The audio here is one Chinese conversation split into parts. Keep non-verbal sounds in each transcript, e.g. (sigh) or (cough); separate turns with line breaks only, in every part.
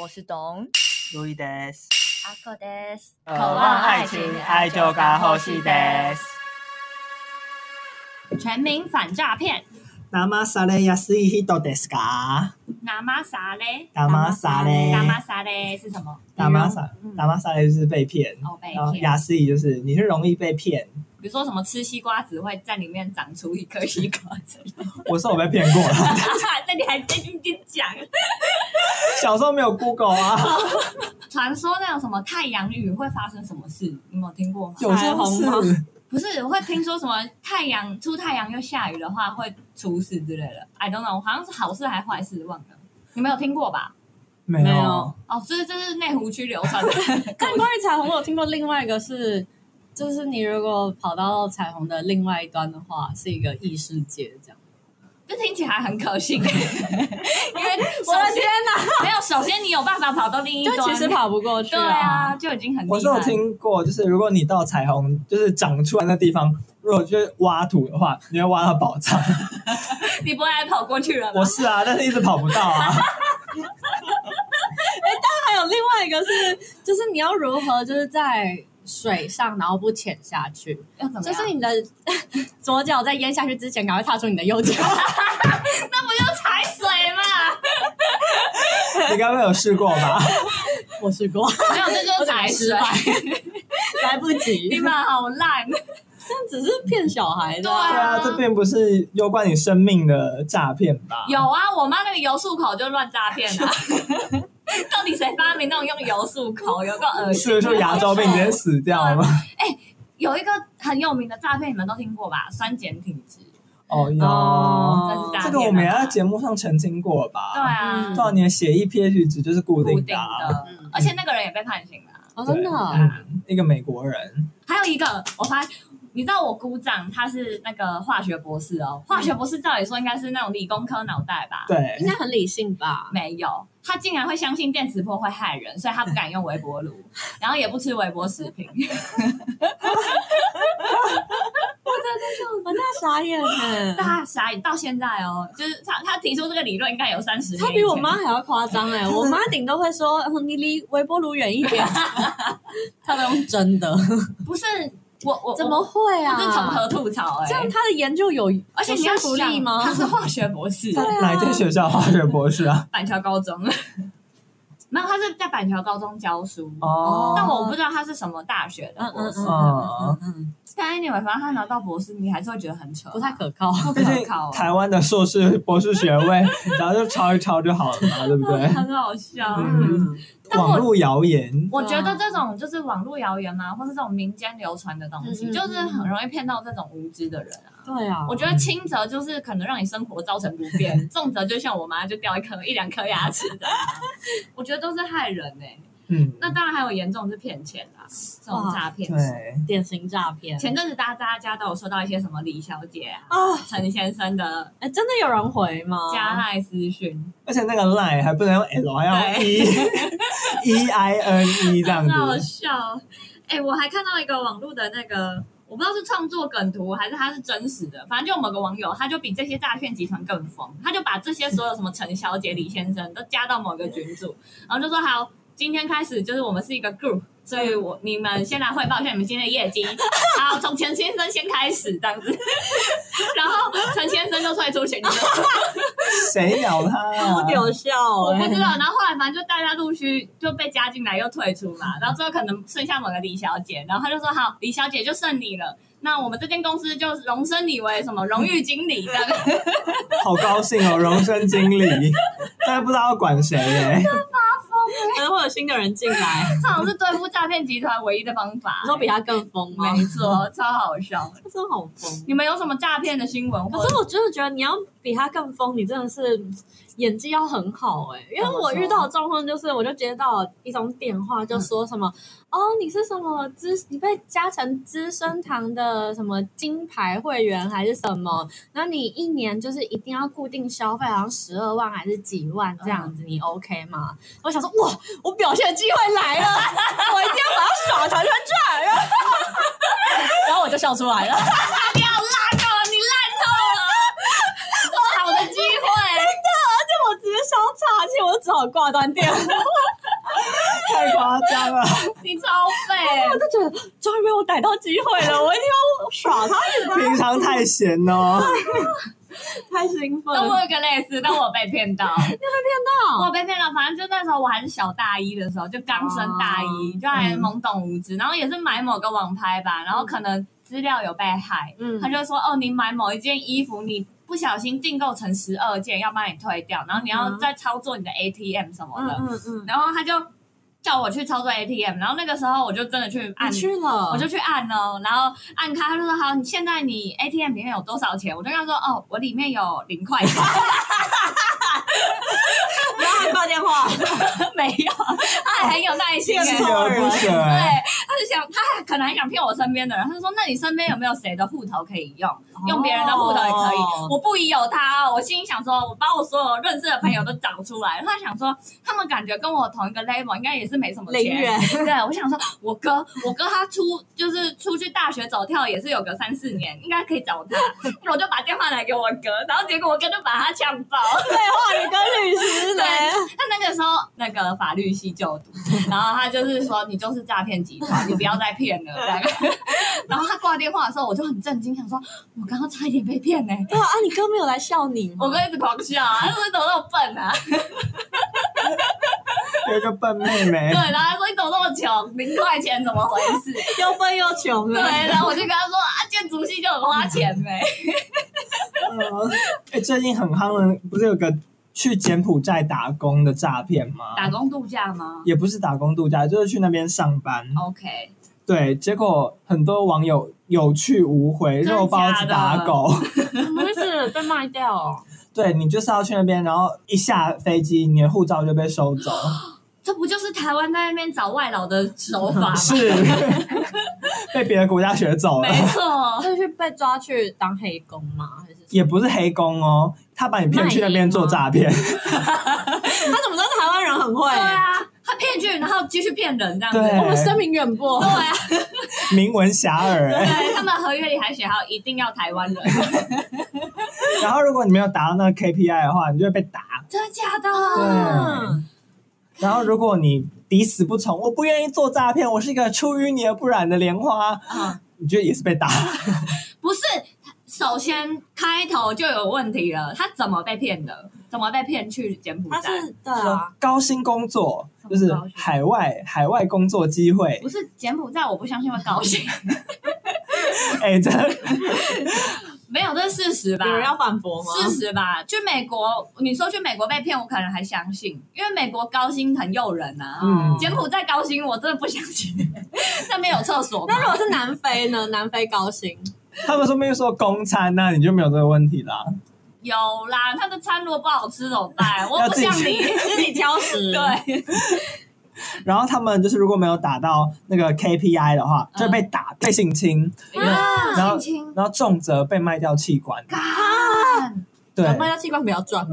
我是董
路易德斯，
阿克德斯，
渴望爱情，爱就该呼吸德斯。
全民反诈骗，
那么啥嘞？也是一多德斯嘎，
那玛啥嘞？
那玛啥嘞
那玛啥嘞是什么？
打马萨
嗯，
打马萨嘞就是被骗，
哦被
然后
骗
雅思语就是你是容易被骗。
比如说什么吃西瓜只会在里面长出一颗西瓜 (laughs) 之类的，
我说我被骗过
(laughs)
了，
这里还在那边讲。
小时候没有 Google 啊，
传说那种什么太阳雨会发生什么事，你有听过吗？
有些是
不是，我会听说什么太阳出太阳又下雨的话会出事之类的。I don't know，好像是好事还是坏事，忘了。你们有听过吧？
没
没
有
有。
哦，这这是内湖区流传的。 (laughs)
但关于彩虹，我有听过另外一个是，就是你如果跑到彩虹的另外一端的话，是一个异世界 (laughs) 这样。
这听起来很可信，因为我
哪！
没有。首先，你有办法跑到另一端，
就其实跑不过去
对啊，就已经很厉害。
我是有听过，就是如果你到彩虹，就是长出来那地方，如果去挖土的话，你会挖到宝藏。
你不会还跑过去了吗
我？是啊，但是一直跑不到啊。
还有另外一个是，就是你要如何就是在水上然后不潜下去，
要怎么
就
样？
是你的 (laughs) 左脚在淹下去之前，赶快踏出你的右脚。
那不就踩水嘛？
你该不会有试过吧？
(laughs) 我试过，
没有，这就是踩
失
水。
败， (laughs) 来不及。
你们好烂，哦
这样只是骗小孩的啊、
对
对啊，这并不是攸关你生命的诈骗吧？
有啊，我妈那个油漱口就乱诈骗啊！ (laughs) 到底谁发明那种用油漱口？有个恶心。
是不是牙周病直接死掉了吗？
有一个很有名的诈骗，你们都听过吧？酸碱体质，
哦
哦
哟，
这是诈骗啊
这个我们也在节目上澄清过吧？
对啊
嗯，
对啊，你的血液 pH 值就是固
固
定
定
的啊，
的，而且那个人也被判刑了啊。
哦，
对
真的啊、
嗯一个美国人，
还有一个，我发，你知道我姑丈他是那个化学博士哦，化学博士照理说应该是那种理工科脑袋吧？，
对
应，该很理性吧？
没有，他竟然会相信电磁波会害人，所以他不敢用微波炉，
(laughs)
然后也不吃微波食品。
我那傻眼呢、
大傻到现在哦，就是他他提出这个理论应该有三十年以前，
他比我妈还要夸张哎！我妈顶多会说：“嗯，你离微波炉远一点。” (laughs) 她都用真的，
不是我我
(laughs) 怎么会啊？
我这从何吐槽哎、
这样她的研究有，
而且
有
你要
说服
想
力吗
他？是化学博士，
(laughs) 对啊
哪一间学校化学博士
(laughs)
啊？
板桥高中，没有，他是在板桥高中教书。
哦，
但我不知道他是什么大学的
嗯
博
嗯
士，
嗯
哦
嗯嗯嗯，
但 anyway，反正他拿到博士，你还是会觉得很扯，
不太可靠。
不
毕
可
竟
靠、啊，
台湾的硕士博士学位， (laughs) 然后就抄一抄就好了嘛，对
(laughs)
不对？
很好笑。啊
嗯
但我
网络谣言，
我觉得这种就是网络谣言啊嘛，或是这种民间流传的东西，
嗯嗯嗯
就是很容易骗到这种无知的人啊。
对啊，
我觉得轻则就是可能让你生活造成不
(laughs)
便，重则就像我妈就掉一颗一两颗牙齿的啊，我觉得都是害人呢、
嗯，
那当然还有严重是骗钱啦，这种诈骗。
对，
典型诈骗
前阵子大家大家都有收到一些什么李小姐啊、
啊！
陈先生的
哎，真的有人回吗？
加赖私讯，
而且那个 line 还不能用 L，还要
(laughs)
用 E E I N E 这样
很好
子，
笑。哎、我还看到一个网络的那个，我不知道是创作梗图还是它是真实的，反正就某个网友他就比这些诈骗集团更疯，他就把这些所有什么陈小姐、李先生都加到某个群组，然后就说好，今天开始就是我们是一个 group。所以我你们先来汇报一下你们今天的业
(laughs)
绩，好，从陈先生先开始这样子，然后陈先生就退出群组，
谁鸟他啊？
不丢笑
我
哎，
不知道。然后后来反正就大家陆续就被加进来又退出
(laughs)
嘛，然后最后可能剩下某个李小姐，然后他就说好，李小姐就剩你了，那我们这间公司就荣升你为什么荣誉经
(laughs)
理这样，
好高兴哦，荣升
(laughs)
经理，但是不知道要管谁耶。
可能会有新的人进来。
这种是对付诈骗集团唯一的方法。
你说比他更疯吗？
没错，超好笑的。
他真的好疯。
你们有什么诈骗的新闻？
可是我真的觉得你要比他更疯，你真的是嗯演技要很好哎、因为我遇到的状况就是，我就接到一通电话，就说什么、
嗯
哦，你是什么资，你被加成资生堂的什么金牌会员还是什么？然后你一年就是一定要固定消费，好像十二万还是几
嗯
万这样子，你 OK 吗？我想说哇，我表现的机会来了，我一定要把它耍团团转，然后然后我就笑出来了。
不要烂透了，你烂透了，好的机会。 (laughs)
我直接想岔气，我就只好挂断电话。
太夸张了。
你超废，
就觉得终于被我逮到机会了，我一定要耍他，
平常太闲哦，
太兴奋
但 (laughs)
了
我。有一个类似，但我被骗到，我被骗到，反正就那时候我还是小大一的时候，就刚升大一，
哦
就还懵懂无知，然后也是买某个网拍吧，然后可能资料有被害，
嗯
他就说哦，你买某一件衣服，你不小心订购成十二件，要帮你退掉，然后你要
嗯
再操作你的 ATM 什么的，
嗯嗯
然后他就叫我去操作 ATM，然后那个时候我就真的去按
嗯，你去了，
我就去按哦，然后按开，他就说好，你现在你 ATM 里面有多少钱？我就跟他说哦，我里面有零块钱，
然后还挂电话， (laughs)
(laughs) 没有，他还很有耐心耶，啊
骗
锲
错
而不
对
舍。，
他就想，他还可能还想骗我身边的人，他就说那你身边有没有谁的户头可以用？用别人的户头也可以。
哦
我不疑有他哦，我心里想说，我把我所有认识的朋友都找出来，然后想说他们感觉跟我同一个 level，应该也是没什么
零
钱。
元，
对，我想说，我哥，我哥他出就是出去大学走跳也是有个三四年，应该可以找他。我就把电话拿给我哥，然后结果我哥就把他呛爆。
废话，你跟律师呢？
他那个时候那个法律系就读，然后他就是说你就是诈骗集 (laughs) 团，你不要再骗了。这 (laughs) 样然后他挂电话的时候，我就很震惊，想说我刚刚差一点被骗呢、
对啊，啊你哥没有来笑你吗？
我哥一直狂笑啊，他说你怎么那么笨 (laughs) 啊？
有一个笨妹妹
对，，然后他说你怎么那么穷，零块钱怎么回事？
又笨又
(laughs)
穷
对，
了。
然后我就跟他说啊，建筑系就很花钱呗、
嗯哎，最近很夯的，不是有个去柬埔寨打工的诈骗吗？
(laughs) 打工度假吗
也不是打工度假，就是去那边上班。
哦？OK，
对，结果很多网友有去无回，
真的
肉包子打狗。
什么意思？被卖掉？
对你就是要去那边，然后一下飞机，你的护照就被收
(laughs)
走。
这不就是台湾在那边找外劳的手法 (laughs) 吗？
是被别的国家学走了
没，错，
就是被抓去当黑工吗？还是
也不是黑工哦，他把你骗去那边做诈骗，
他怎么知道台湾人很
(laughs)
会
对？啊，他骗去，然后继续骗人这样子。
对
我们声名远播
对。啊，
(laughs) 名闻遐迩、
(laughs)
哎
对，他们合约里还写好一定要台湾人，
然后如果你没有达到那个 KPI 的话，你就会被打。
(laughs) 真的假
对
的？
嗯，
然后如果你抵死不从，我不愿意做诈骗，我是一个出淤泥而不染的莲花，
嗯，
你就也是被打。
不是，首先开头就有问题了，他怎么被骗的？怎么被骗去柬埔
他
寨？
是对啊，
高薪工作
什么
就是
嗯高薪
海外海外工作机会，
(laughs) 不是柬埔寨，我不相信会高 (laughs) 兴，
哎、真的
没有，这是事实吧？
有人要反驳吗？
事实吧，去美国，你说去美国被骗，我可能还相信，因为美国高薪很诱人啊。
嗯
柬埔寨高薪我真的不相信， (laughs) 那边有厕所吗
那？如果是南非呢？南非高薪，
他们说没有说公餐那、你就没有这个问题啦。
有啦，他的餐如果不好吃怎么办？我
要
不
自己
像
去
你，
自己挑食。
对，
然后他们就是如果没有达到那个 KPI 的话，
嗯
就被打、被性侵，
啊
然后
性侵
然后重则被卖掉器官。
干，
对
卖掉器官比较赚，
啊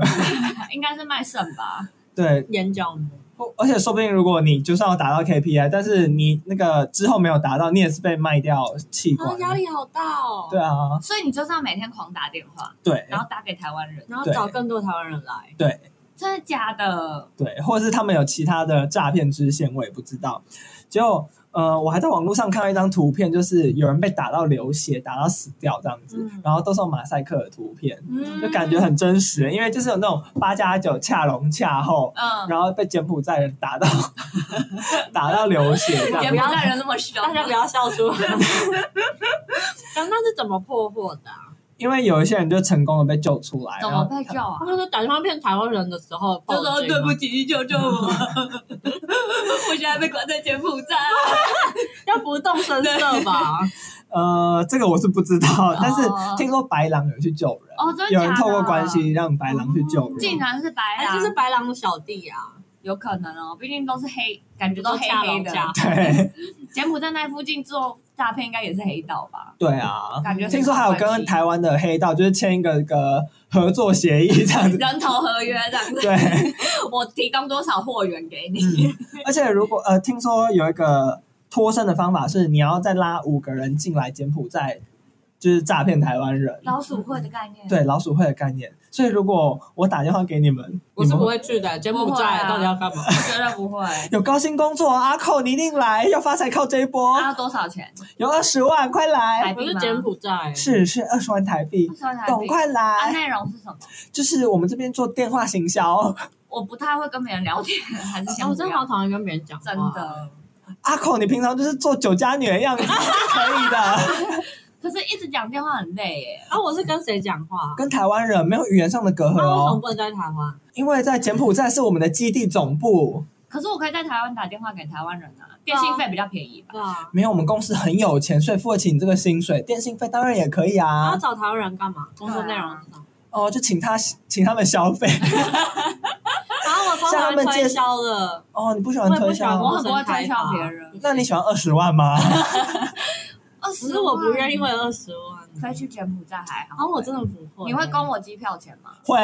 应该是卖肾吧？
对，
眼角膜。
而且说不定如果你就算要达到 KPI，但是你那个之后没有达到，你也是被卖掉器
啊
官，。
压力好大哦。
对啊，
所以你就是要每天狂打电话，
对
啊
然后打给台湾人，
然后找更多台湾人来，
对，
真的假的？
对，或者是他们有其他的诈骗支线，我也不知道。结果，呃，我还在网络上看到一张图片，就是有人被打到流血，打到死掉这样子，
嗯
然后都是用马赛克的图片，
嗯
就感觉很真实，因为就是有那种八加九恰龙恰后，
嗯，
然后被柬埔寨人打到打到流血这
柬
样。
埔寨人那么凶，
大家不要笑出来。刚刚是怎么破获的啊、
因为有一些人就成功的被救出来，
怎
然
么
后
被救啊
他？们说打电话骗台湾人的时候报
就
警吗，
啊
说对不起，救救我！啊 (laughs) 我现在被关在柬埔寨。
要不动声色吧？
呃，这个我是不知道，但是
哦
听说白狼有去救人，
哦，真的
有人
假
透过
的
关，系让白狼去救
竟
人，
哎然是白
还
狼，
是是白狼的小弟啊？
有可能哦，毕竟都是黑，感觉都黑
恰
黑
龙
的。
恰
对。
柬埔寨那附近做诈骗应该也是黑道吧？
对啊，
感觉很
听说还有跟台湾的黑道就是签一个个合作协议这样子。
人头合约这样子， (laughs)
对，
我提供多少货源给你？
嗯，而且如果呃，听说有一个脱身的方法是，你要再拉五个人进来柬埔寨就是诈骗台湾人，
老鼠会的概念，，
对老鼠会的概念。所以如果我打电话给你们，
我
你
是
们
不
会
会去的。柬
不
埔
会啊
寨到底要干嘛？
我觉得不会。
哦
有高薪工作，阿寇你一定来，要发财靠这一波，
他要多少钱？
有二十万，快来！
啊台
不
币
是
吗？
柬埔寨，
是是二十万台币
多，少台
懂
币？
快
啊，
来！
内容是什么？
就是我们这边做电话行销，
我不太会跟别人聊天，还是先
啊我
不
哦真的
要
好啊讨厌跟别人讲话，
真。的。
阿寇你平常就是做酒家女的样子，是可以的。
可是一直讲电话很累耶。
啊，我是跟谁讲话？
跟台湾人没有语言上的隔阂
那为什么
哦，
不能在台湾？
因为在柬埔寨是我们的基地总部。
可是我可以在台湾打电话给台湾人啊，电信费比较便宜吧？
对啊，
没有，我们公司很有钱，所以付得起你这个薪水，电信费当然也可以
然后
啊。
找台湾人干嘛？工作内容是什么？
哦，就请他请他们消费。
然啊后我超讨厌推销的，
哦，你不喜欢推销
我
哦？
很不会推销别人。
那你喜欢二十万 (laughs) 吗？
二
不
十，
啊是我不愿意为二十万。
可以去柬埔寨还
然
好。
后我真的不会。
你会供我机票钱吗？
会，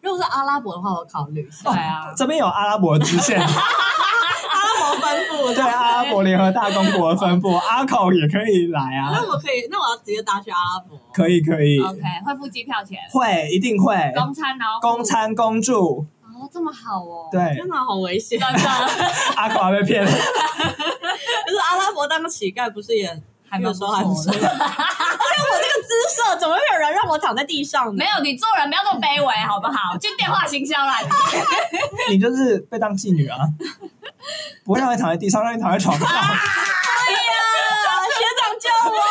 如果是阿拉伯的话，我考虑一下
对。啊，
这边有阿拉伯支线，
阿拉伯分部
对阿拉伯联合大公国的分部，阿口也可以来啊
那，我可以，那我要直接搭去阿拉伯。
可以可以，
OK，会付机票钱，
会一定会，
公餐然后付
哦公餐公住，
哦，这么好哦。，
对
天，哪，好危险！
真的
阿口还被 (laughs) 骗了，
可是阿拉伯当乞丐不是也
还蛮
有
不
时候还不
错
错？而且哎
的。
我这个姿势，怎么会有人让我躺在地上呢啊
没？有，你做人不要这么卑微，好不好？就电话行销啦。你
你就是被当妓女啊，不会让你躺在地上，让你躺在床上。
啊学长救我！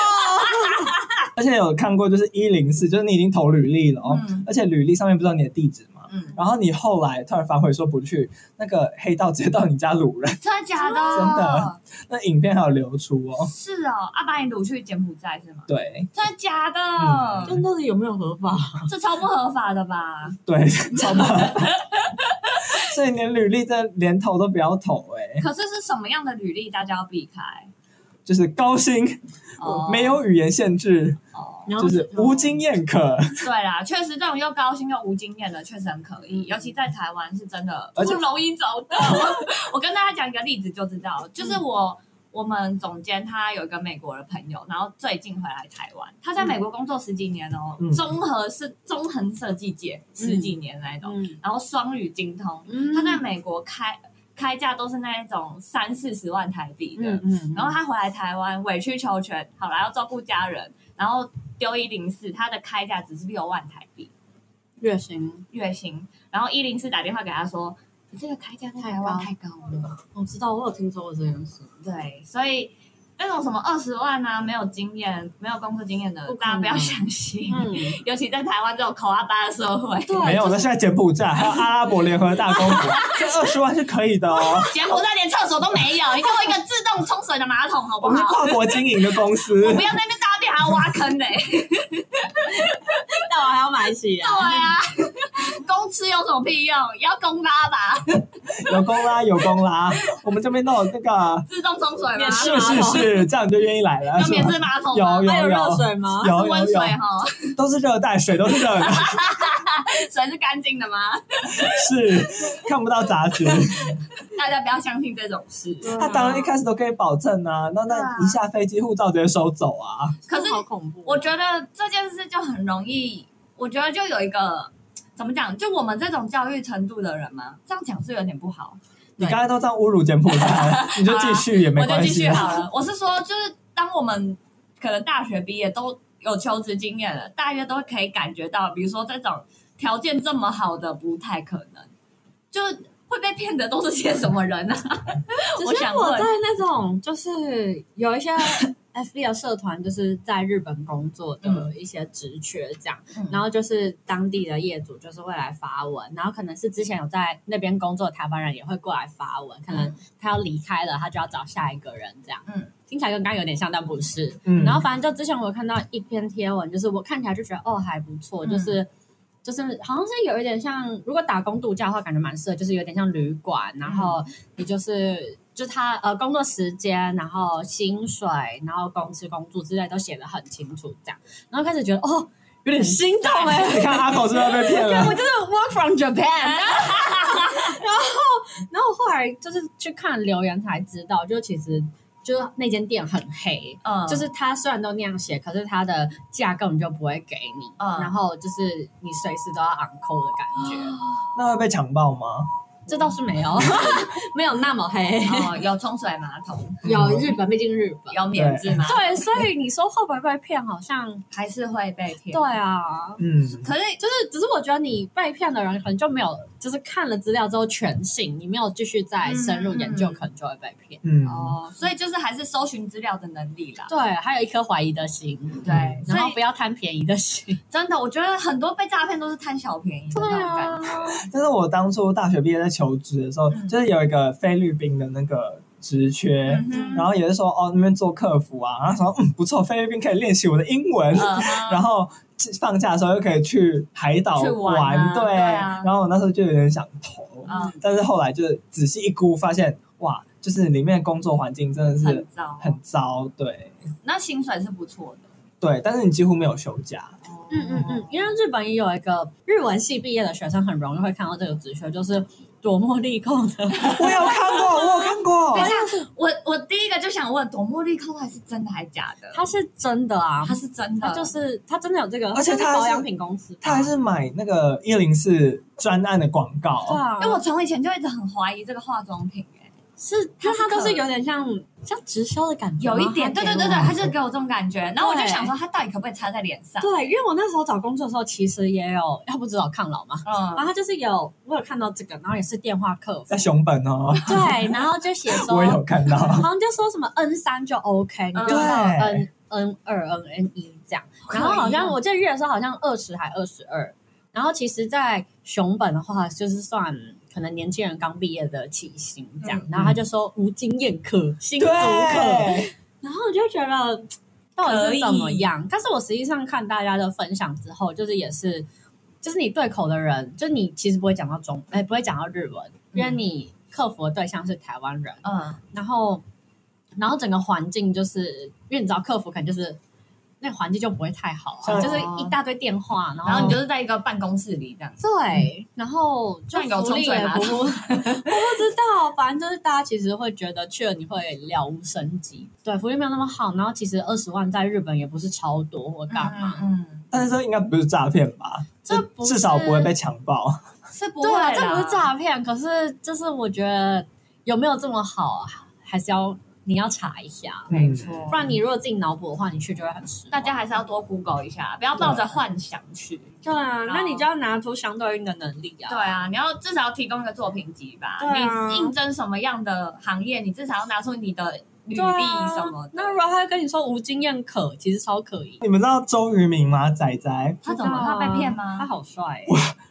而且有看过，就是一零四，就是你已经投履历了哦，
嗯
而且履历上面不知道你的地址嘛，
嗯，
然后你后来突然反悔说不去，那个黑道直接到你家掳
(laughs)
人，(laughs)
真的假的？
真的，那影片还有流出哦。
是哦，啊，把你掳去柬埔寨是吗？
对
真的假
嗯
的？
但到底有没有合法？
这超不合法的吧？
对， (laughs) 超棒。所以连履历这连投都不要投哎、
可是是什么样的履历大家要避开？
就是高薪，
哦，
没有语言限制，
哦，
然后
就是无经验可，
(laughs) 对啦，确实这种又高薪又无经验的确实很可疑，
嗯
尤其在台湾是真的 (laughs) 不
而且
容易找到。我跟大家讲一个例子就知道，就是我。我们总监他有一个美国的朋友，然后最近回来台湾。他在美国工作十几年哦，
嗯
综合是综合设计界十几年那一种，
嗯，
然后双语精通。
嗯
他在美国开开价都是那一种三四十万台币的，
嗯嗯，
然后他回来台湾委曲求全，好了要照顾家人，然后丢一零四，他的开价只是六万台币
月薪，
月薪，然后一零四打电话给他说，你这个开价在台湾太高了，
我知道，我有听说过这件事。
对，所以那种什么二十万啊，没有经验、没有工作经验的，
不可能
大家不要相信，
嗯，
尤其在台湾这种口阿巴的社会，
对
没有，那是在柬埔寨，还有阿拉伯联合大公国，这二十万是可以的哦。
柬埔寨连厕所都没有，你给我一个自动冲水的马桶好不
我们是
好？
跨国经营的公司，
(laughs) 我不要在那边大便还要挖坑嘞、
但我还要买起
对 (laughs)
啊！
啊，公吃有什么屁用？也要公拉吧，
有功啦，有功啦。我们这边都有那个，
自动冲水吗？
免试
是是是，这样你就愿意来了，
有
是
免
吧？
治马桶
有
吗？
还
有
有热水吗？
有
是
有
温水啊
有，
哈，
都是热带，水都是热的， (laughs)
水是干净的吗？
是看不到杂
啊
质。
大家不要相信这种事。
对啊
他当然一开始都可以保证啊，那
对啊
那一下飞机护照直接收走啊，
可是
好恐怖，
我觉得这件事就很容易，我觉得就有一个怎么讲，就我们这种教育程度的人嘛，这样讲是有点不好。
你刚才都这样侮辱柬埔寨，你就继续也没
啊我就
关
继
系
续
啊。
好了。我是说，就是当我们可能大学毕业都有求职经验了，大约都可以感觉到，比如说这种条件这么好的不太可能，就会被骗的都是些什么人呢、啊？
只
我
是
想
我
问
在那种就是有
(laughs)
一些 FB 的社团，就是在日本工作的一些职缺这样，
嗯
然后就是当地的业主就是会来发文，然后可能是之前有在那边工作的台湾人也会过来发文，可能他要离开了，他就要找下一个人这样。
嗯，
听起来跟刚刚有点像，但不是。
嗯
然后反正就之前我有看到一篇贴文，就是我看起来就觉得哦还不错，
嗯
就是。就是好像是有一点像，如果打工度假的话，感觉蛮适合，就是有点像旅馆，然后你就是就他呃工作时间，然后薪水，然后公司工作之类都写的很清楚，这样，然后开始觉得哦有点心动哎、 (laughs)
你看阿口是不是被骗
对，我
了？
就是 work from Japan，
嗯
然后然后然后我后来就是去看留言才知道，就其实就是那间店很黑，
嗯，
就是他虽然都那样写，可是他的价根本就不会给你，
嗯哦
然后就是你随时都要 on call 的感觉。
那会被强暴吗？
这倒是没
(laughs)
有，没有那么黑。
哦，有冲水马桶，
有日本，毕竟日本。
有免治马桶，
对，所以你说会不会被骗？好像
还是会被骗。
对，啊。
嗯，
可是
就是，只是我觉得你被骗的人可能就没有，就是看了资料之后全信，你没有继续再深入研究，
嗯
可能就会被骗。
嗯，
哦，所以就是还是搜寻资料的能力啦。
对，还有一颗怀疑的心，
对，嗯所
然后
以
不要贪便宜的心。
真的，我觉得很多被诈骗都是贪小便宜的那种感觉。
啊
但是我当初大学毕业在求职的时候，
嗯
就是有一个菲律宾的那个职缺，
嗯哼
然后也是说哦那边做客服啊，然后说嗯不错，菲律宾可以练习我的英文，
嗯哼
然后放假的时候又可以去海岛
去玩啊
对。
对啊
然后我那时候就有点想投，
嗯，
但是后来就是仔细一估，发现哇，就是里面的工作环境真的嗯是
很糟，
很糟，对
那薪水是不错的。哦
对，但是你几乎没有休假，
嗯嗯嗯，因为日本也有一个日文系毕业的学生，很容易会看到这个职缺，就是多么利空的。
我有看过，我有看过
(laughs) 等一，下，我我第一个就想问，朵茉莉扣还是真的还假的？
(laughs) 他是真的啊，
他是真的，
他就是他真的有这个，
而且
它
它还
是
是
保养品公司吧，
他还是买那个一零四专案的广
对
告，
啊，
因为我从以前就一直很怀疑这个化妆品、欸，
是，
它
就是它都
可
是有点像像直销的感觉吗，
有一点，
它
对
给
对对
我
对，他就是给我这种感觉，然后我就想说，他到底可不可以擦在脸上？
对，因为我那时候找工作的时候，其实也有，要不只有抗老嘛，然
嗯，
后他就是有，我有看到这个，然后也是电话客服
在，熊本哦，
对，然后就写说，
我有看
嗯
到，
好像就说什么 N 三就 OK，你不用到
对
N N 二 N N 一这样。
哎可以哦
然后好像我记得月的时候好像二十还二十二，然后其实，在熊本的话就是算。可能年轻人刚毕业的起薪这样，
嗯
然后他就说无经验课、新足课，
对，
然后我就觉得到底是怎么样？但是我实际上看大家的分享之后，就是也是，就是你对口的人，就你其实不会讲到中，哎，不会讲到日文，因为你客服的对象是台湾人，
嗯，
然后，然后整个环境就是，因为你知道客服可能就是那个环境就不会太好啊，
像
就是一大堆电话，然后
然后你就是在一个办公室里这样，
对，然后就
那你有
福
冲
利 (laughs)
水
也
吗
不，我不知道，反正就是大家其实会觉得去了你会了无生机，对，福利没有那么好，然后其实二十万在日本也不是超多或干嘛，
嗯，嗯
但是这应该不是诈骗吧？
这不是
至少不会被强暴。
嗯是不会
对
啦，
啊，这不是诈骗，可是就是我觉得有没有这么好，还是要你要查一下，
嗯
没错，
不然你如果自己脑补的话，你去就会很失望
大家还是要多 Google 一下，不要抱着幻想去。
对啊，
然
那
后
你就要拿出相对应的能力啊，
对啊，你要至少提供一个作品集吧。
对啊
你应征什么样的行业，你至少要拿出你的履历
对啊
什么的。
那如果他跟你说无经验可，其实超可疑。
你们知道周渝民吗？仔仔
他怎么了？他被骗吗？
他好帅、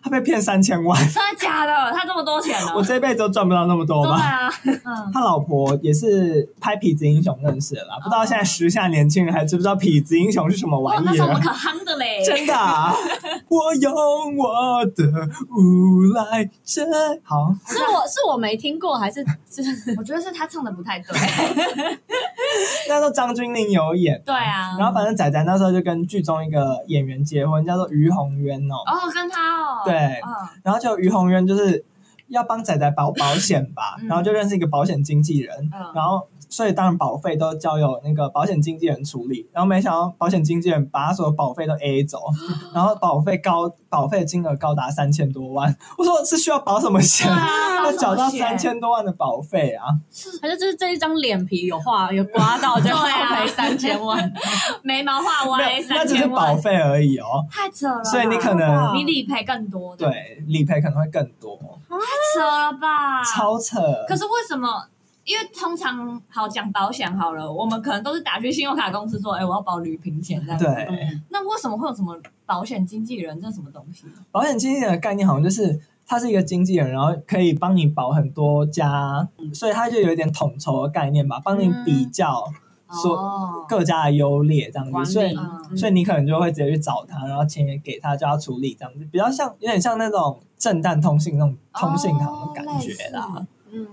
他被骗三千万，
(laughs) 真的假的？他这么多钱呢？
我这辈子都赚不到那么多
啊对
吧。
啊，嗯，
他老婆也是拍《痞子英雄》认识
哦
的啦，不知道现在时下年轻人还知不知道《痞子英雄》是什么
哇，
玩
哦那
意
时候我们
儿？
可夯的 (laughs) 嘞。
真的、啊，我用我的无赖真好，
(laughs) 是我是我没听过，还是 (laughs) 是
我觉得是他唱的不太对。
那时候张钧甯有演，
对啊，
然后反正仔仔那时候就跟剧中一个演员结婚，叫做于红渊哦，
哦，跟他哦，
对
嗯，，
(laughs) 然后就于红渊就是要帮仔仔保保险吧
嗯
然后就认识一个保险经纪人，
嗯
然后所以当然保费都交由那个保险经纪人处理，然后没想到保险经纪人把他所有保费都 A 走，
哦
然后保费高保费金额高达三千多万，我说是需要保什么
对
险？
啊，
要缴到
保险
三，千多万的保费啊！
还是就是这一张脸皮有画有刮到， (laughs) 就
对啊
要赔三千 (laughs) 万？
眉毛画
没
歪
有，那
哎三
只是
千
保
万，
费而已哦。
太扯了吧。
所以你可
哇
能
你理赔更多，，
对理赔可能会更多，
扯了吧？
超扯。
可是为什么？因为通常好讲保险好了，我们可能都是打去信用卡公司说，哎、我要保旅平险这样。。
对，
嗯
那为什么会有什么保险经纪人这什么东西？
保险经纪人的概念好像就是他是一个经纪人，然后可以帮你保很多家，
嗯
所以他就有一点统筹的概念吧，帮你比较说
哦，
各家的优劣这样
管
子，
理
所以
嗯
所以你可能就会直接去找他，然后钱也给他，叫他处理这样子，比较像有点像那种正旦通信那种通信行的感觉啦。
哦
嗯，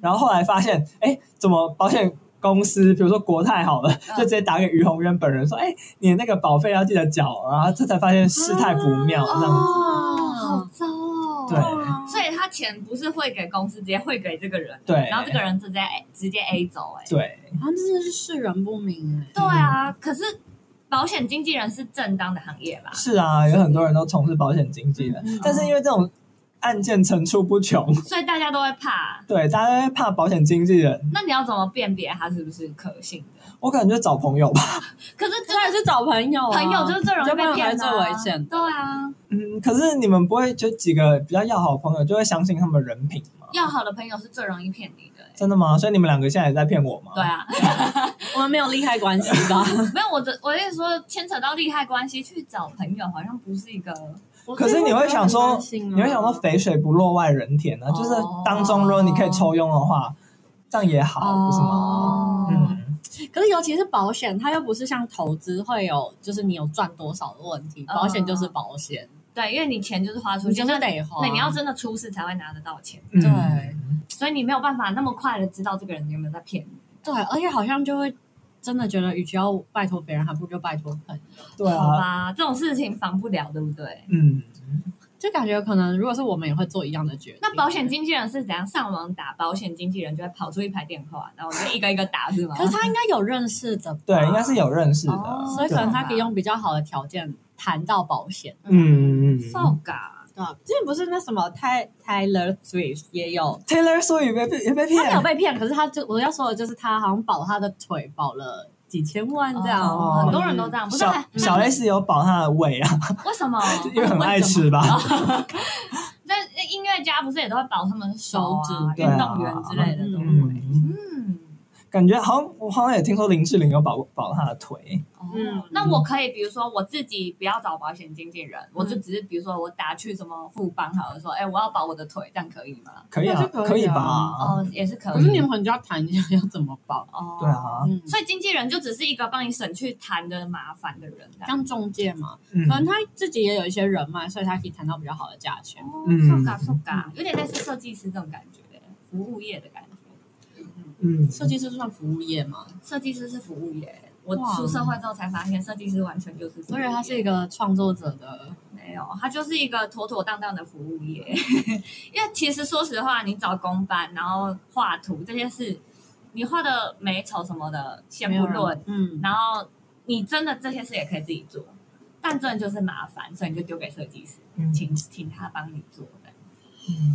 然后后来发现，哎，怎么保险公司，比如说国泰好了，
嗯
就直接打给于洪渊本人说，哎，你的那啊个保费要记得缴，然后这才发现事态不妙这样子。
哦，好糟哦！
嗯对
所以他钱不是汇给公司，直接汇给这个人，
对
然后这个人直接直接 A 走、哎，
对，
啊，这真的是世人不明 (laughs) 哎、
对啊，可是保险经纪人是正当的行业吧？
是啊，有很多人都从事保险经纪
嗯
的，但是因为这种案件层出不穷， (laughs)
所以大家都会怕。
对，大家会怕保险经纪人，
那你要怎么辨别他是不是可信的？
我可能就找朋友吧。
可是真
当然是找朋友、啊，
朋友就是最容易被骗的、
交朋友才是最危险的
对啊，
嗯，可是你们不会就几个比较要好的朋友就会相信他们的人品吗？
要好的朋友是最容易骗你的、哎
真的吗？所以你们两个现在也在骗我吗？
对
(laughs)
啊，
我们没有利害关系 (laughs) 吧？
没有我的，我跟你说，牵扯到利害关系去找朋友，好像不是一个
可是你会想说
我真的很担心啊
你会想说肥水不落外人田呢、啊，就是
哦
当中如果你可以抽佣的话，这样也好，啊不是吗？
哦
嗯，
可是尤其是保险，它又不是像投资会有，就是你有赚多少的问题，
嗯
保险就是保险，
对，因为你钱就是花出
哦你
去，
就
那
是得花。
对，你要真的出事才会拿得到钱，
嗯
对
所以你没有办法那么快的知道这个人有没有在骗你。
对，而且好像就会真的觉得，与其要拜托别人，还不如就拜托朋友。
对
好
啊，
吧，这种事情防不了，对不对？
嗯，
就感觉可能，如果是我们也会做一样的决定。
那保险，经纪人是怎样上网打保险经纪人，就会跑出一排电话，然后我们就一个一个打，是吗？
可是他应该有认识的吧，
对，应该是有认识的，
哦
所以可能他可以
对
用比较好的条件谈到保险。
嗯嗯嗯。
少嘎，
对啊，之前不是那什么 Ty Tyler Swift 也有，
Taylor Swift 也被也被
他没有
骗，
被骗，可是他就我要说的就是他好像保他的腿保了几千万这样，
哦嗯很多人都这样，不是
小
还
小 S 有保他的胃啊，
为什么？
因为很爱吃吧？
那那音乐家不是也都会保他们的手
手
啊、
指
运动员之类的
对
都
啊
会。
嗯，
嗯，
感觉好像我好像也听说林志玲有保保他的腿，
哦
嗯，
那我可以，比如说我自己不要找保险经纪人，我就只是比如说我打去什么富邦，好了，说，哎，我要保我的腿，这样可以吗？
可以
那
啊，
就可以啊
以吧？
哦，也是可
可是
以。
你们可能就要谈一下要怎么保，
哦，
对。啊，
嗯，
所以经纪人就只是一个帮你省去谈的麻烦的人，这啊样。
像中介嘛，
嗯
可能他自己也有一些人脉，所以他可以谈到比较好的价钱。
哦，
嗯
受嘎受嘎，有点类似设计师这种感觉，服务业的感觉。
嗯，
设计师算服务业嘛，
设计师是服务业，我
哇
出社会之后才发现，设计师完全就是服务
我
业。
以为他是一个创作者的，
没有，他就是一个妥妥当当的服务业。 (laughs) 因为其实说实话，你找工班，然后画图这些事，你画的美丑什么的先
没有
不
人
论，，
嗯，
然后你真的这些事也可以自己做，但真的就是麻烦，所以你就丢给设计师，
嗯
请请他帮你做的。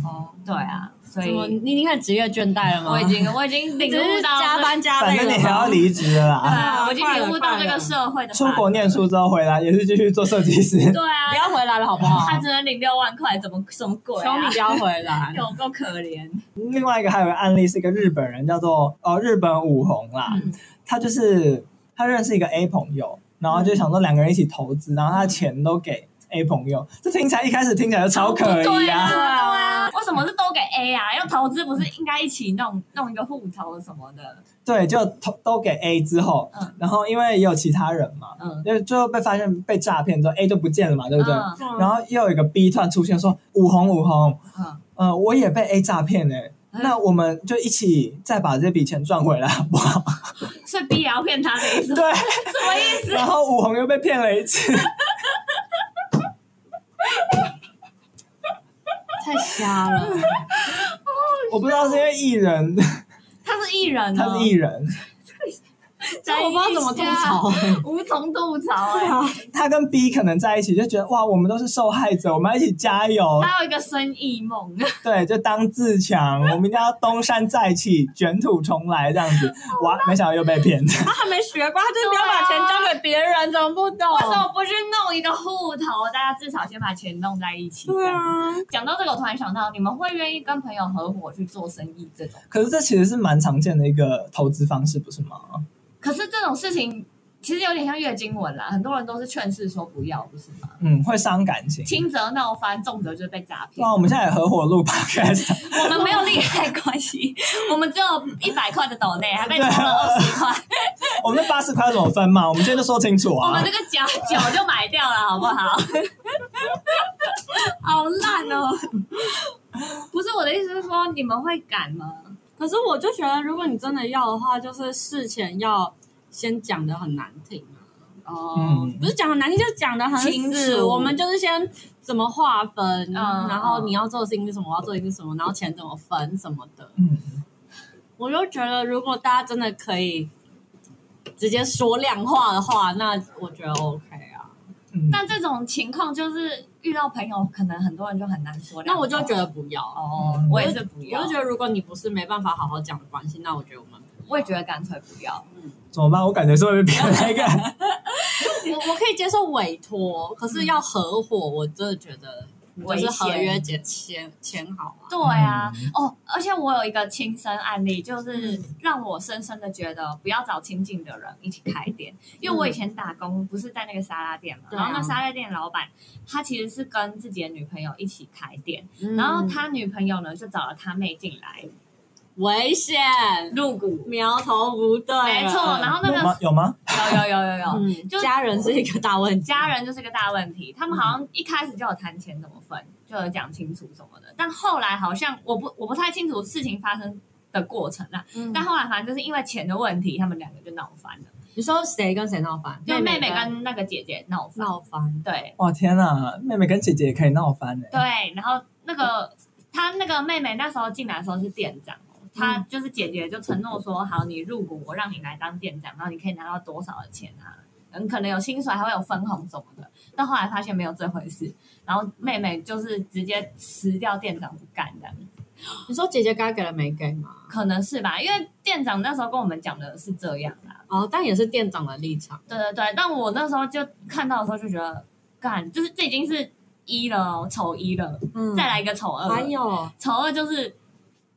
哦，
对啊，所
怎
以
么你已经开始职业倦怠了吗？
我已经我已经
你
领
只
悟
是
到
加
这
班加
反
累了
正
吗，
你还要离职了
对 (laughs)
啦，
啊，
啊
我已经
快了
领悟到这
快
个
了
社会的
出
法
国念
则
书之后回来也是继续做设计师，
对
不
啊，
要回来了好不好？
他只能领六万块，怎么什么鬼
求你
啊。
不？要回来 (laughs)
有够可怜，
另外一个还有个案例是一个日本人，叫做呃日本武红啦，
嗯
他就是他认识一个 A 朋友，然后
嗯
就想说两个人一起投资，然后他的钱都给 A 朋友，这听起来一开始听起来就超可
对
疑
啊，
啊，
对啊，为什么是都给 A 啊？要投资不是应该一起弄弄一个户头什么的？
对，就投都给 A 之后
嗯，
然后因为也有其他人嘛，
嗯，
就最后被发现被诈骗之后，A 就不见了嘛，对不对？
嗯
然后又有一个 B 突然出现说武红武红，
嗯
呃，我也被 A 诈骗嘞、那我们就一起再把这笔钱赚回来好不好？
所以 B 也要骗他的意思，
对，
什么意思？
然后武红又被骗了一次，
太瞎了，
我不知道是因为艺人，
他是艺人哦，
他是艺人，
这我不知道怎么吐槽、
无从吐槽
欸
哎。
他跟 B 可能在一起就觉得哇，我们都是受害者，我们要一起加油，
他有一个生意梦， (laughs)
对，就当自强，我们一定要东山再起，卷土重来这样子。哇，没想到又被骗，
他还没学过，他就是不
对啊
要把钱交给别 (laughs) 人，怎么不懂
为？什么不去弄一个户头？大家至少先把钱弄在一起。
对，啊，
讲到这个，我突然想到，你们会愿意跟朋友合伙去做生意这种？
可是这其实是蛮常见的一个投资方式，不是吗？
可是这种事情其实有点像月经文啦，很多人都是劝世说不要，不是吗？
嗯，会伤感情。
轻则闹翻，重则就是被诈骗。
哦
哇，我们现在也合伙录 podcast，
我们没有利害关系，我们只有一百块的斗内，还
啊
被抽了二十块。
我们那八十块怎么分嘛？我们今天就说清楚
我
啊
们这。个假酒就买掉了，好不好？ (laughs) 好烂哦！不是我的意思是说，你们会敢吗？
可是我就觉得，如果你真的要的话，就是事前要先讲的很难听啊。
哦，
嗯
不是讲很难听，就是讲的很
清
死。
楚
我们就是先怎么划分，
嗯
然后你要做的事情是什么，我要做的事情是什么，然后钱怎么分什么的。
嗯，
我就觉得，如果大家真的可以直接说量化的话，那我觉得 OK 啊。
嗯
但这种情况就是遇到朋友，可能很多人就很难说。
那我就觉得不要，
哦，我也是不要，
我就觉得如果你不是没办法好好讲的关系，那我觉得我们
我也觉得干脆不
(laughs)
要。
怎么办？我感觉是会被骗来干。
我我可以接受委托，可是要
嗯
合伙，我真的觉得就是合约结签签好啊。
对啊，
嗯
哦，而且我有一个亲身案例，就是
嗯
让我深深的觉得不要找亲近的人一起开店，因为我以前打工不是在那个沙拉店嘛，
嗯对啊
然后那沙拉店老板他其实是跟自己的女朋友一起开店，
嗯
然后他女朋友呢就找了他妹进来
危险，
入股，
苗头不对了，
没错，然后那
(laughs) 有吗
个？
有吗？
有有有有有，
嗯，
就
家人是一个大问题，
家人就是个大问题，他们好
嗯
像一开始就有谈钱怎么分，就有讲清楚什么的，但后来好像我不我不太清楚事情发生的过程啊，
嗯
但后来反正就是因为钱的问题，他们两个就闹翻了，
你说谁跟谁闹翻？
就妹
妹
妹跟哦那个姐姐闹翻，
闹翻，
对
哇天呐，妹妹跟姐姐也可以闹翻呢、
对，然后那个她那个妹妹那时候进来的时候是店长哦。她就是姐姐，就承诺说好，你入股，我让你来当店长，然后你可以拿到多少的钱啊？嗯，可能有薪水，还会有分红什么的。但后来发现没有这回事，然后妹妹就是直接辞掉店长不干的，
你说姐姐该给了没给吗？
可能是吧？因为店长那时候跟我们讲的是这样啊啦，
哦，但也是店长的立场，
对对对，但我那时候就看到的时候就觉得，干，就是这已经是一了哦，丑一了，
嗯
再来一个丑二，
还有
丑二就是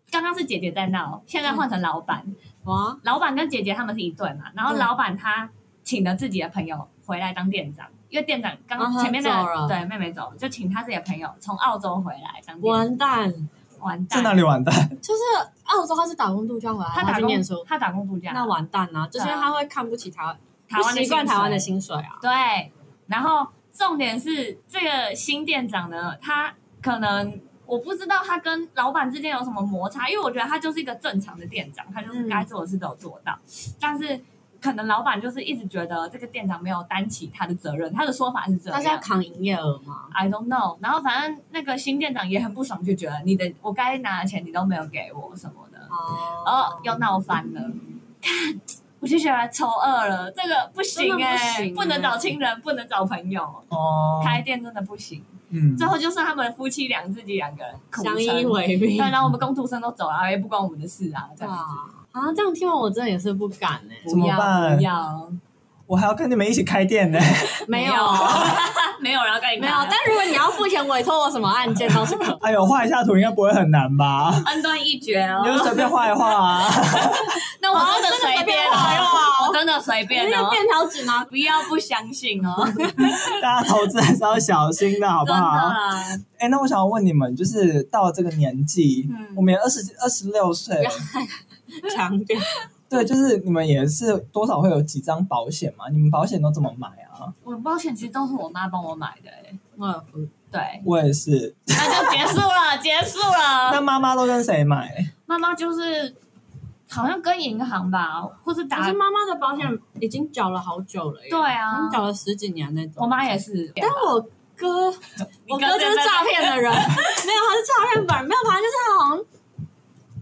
刚刚是姐姐在闹，现在换成老板，
哇，
老板跟姐姐他们是一对嘛，然后
对
老板他请了自己的朋友回来当店长，因为店长
啊
刚
他
前面那
走
个、
了
对妹妹走了，就请他自己的朋友从澳洲回来当店长，
完蛋，
完
在
蛋，
哪里完蛋？
就是澳洲他是打工度假回来，
他
去
打工
念书，，
他打工度假，
那完蛋啊，就是因为
对啊
他会看不起台湾，
台湾
不
的
习惯台湾的
薪水
薪水啊，
对，然后重点是这个新店长呢，他可能我不知道他跟老板之间有什么摩擦，因为我觉得他就是一个正常的店长，他就是该做的事都有做到，但是可能老板就是一直觉得这个店长没有担起他的责任，他的说法是这
他是要
样。
扛营业额吗？
I don't know，然后反正那个新店长也很不爽，就觉得你的我该拿的钱你都没有给我什么的，
哦
然后又闹翻了， (laughs) 看我就觉得超二了，这个不行
真的
哎、
不行
不能
欸
找亲人，不能找朋友，
哦，
开店真的不行。
嗯
最后就剩他们夫妻俩自己两个人苦撑
相依为命
对，。然后我们工读生都走了，也哎不关我们的事啊，这
对
样子。
啊，啊，这样听完我真的也是不敢哎、
怎么
不要
办
不要，
我还要跟你们一起开店
(laughs)
呢、
没有
啊没有，然后跟你
哎没
谈
有，但如果你要付钱委托我什么案件都是可以，
哎呦，画一下图应该不会很难吧？
(laughs) 恩断义绝哦
你。就随便画一
(laughs)
画啊。
那我真的
哦真的
随便
随便画
哦，
哦
我真的随便
(laughs) 那
哦
个，便条
(laughs)
纸拿
不要不相信哦， (laughs) 真
大家投资还是要小心的，好不
的
好？
啦，
哎、那我想问你们，就是到这个年纪，
嗯
我们也二十二十六岁，
强 (laughs) 调。
对，就是你们也是多少会有几张保险嘛？你们保险都怎么买啊？
我保险其实都是我妈帮我买的、欸，
嗯，
对，
我也是。
那就结束了，结束了。
那妈妈都跟谁买？
妈妈就是好像跟银行吧，或是
可
打
是妈妈的保险已经缴了好久了耶，
对啊
已经缴了十几年那种。
我妈也是，
但我哥，我哥就是诈骗的人，没有，他是诈骗本人，没有，反正就是他好像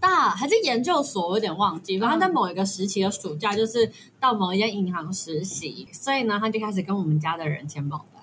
大还是研究所，我有点忘记。反正他在某一个时期的暑假，就是到某一间银行实习，所以呢，他就开始跟我们家的人签保单。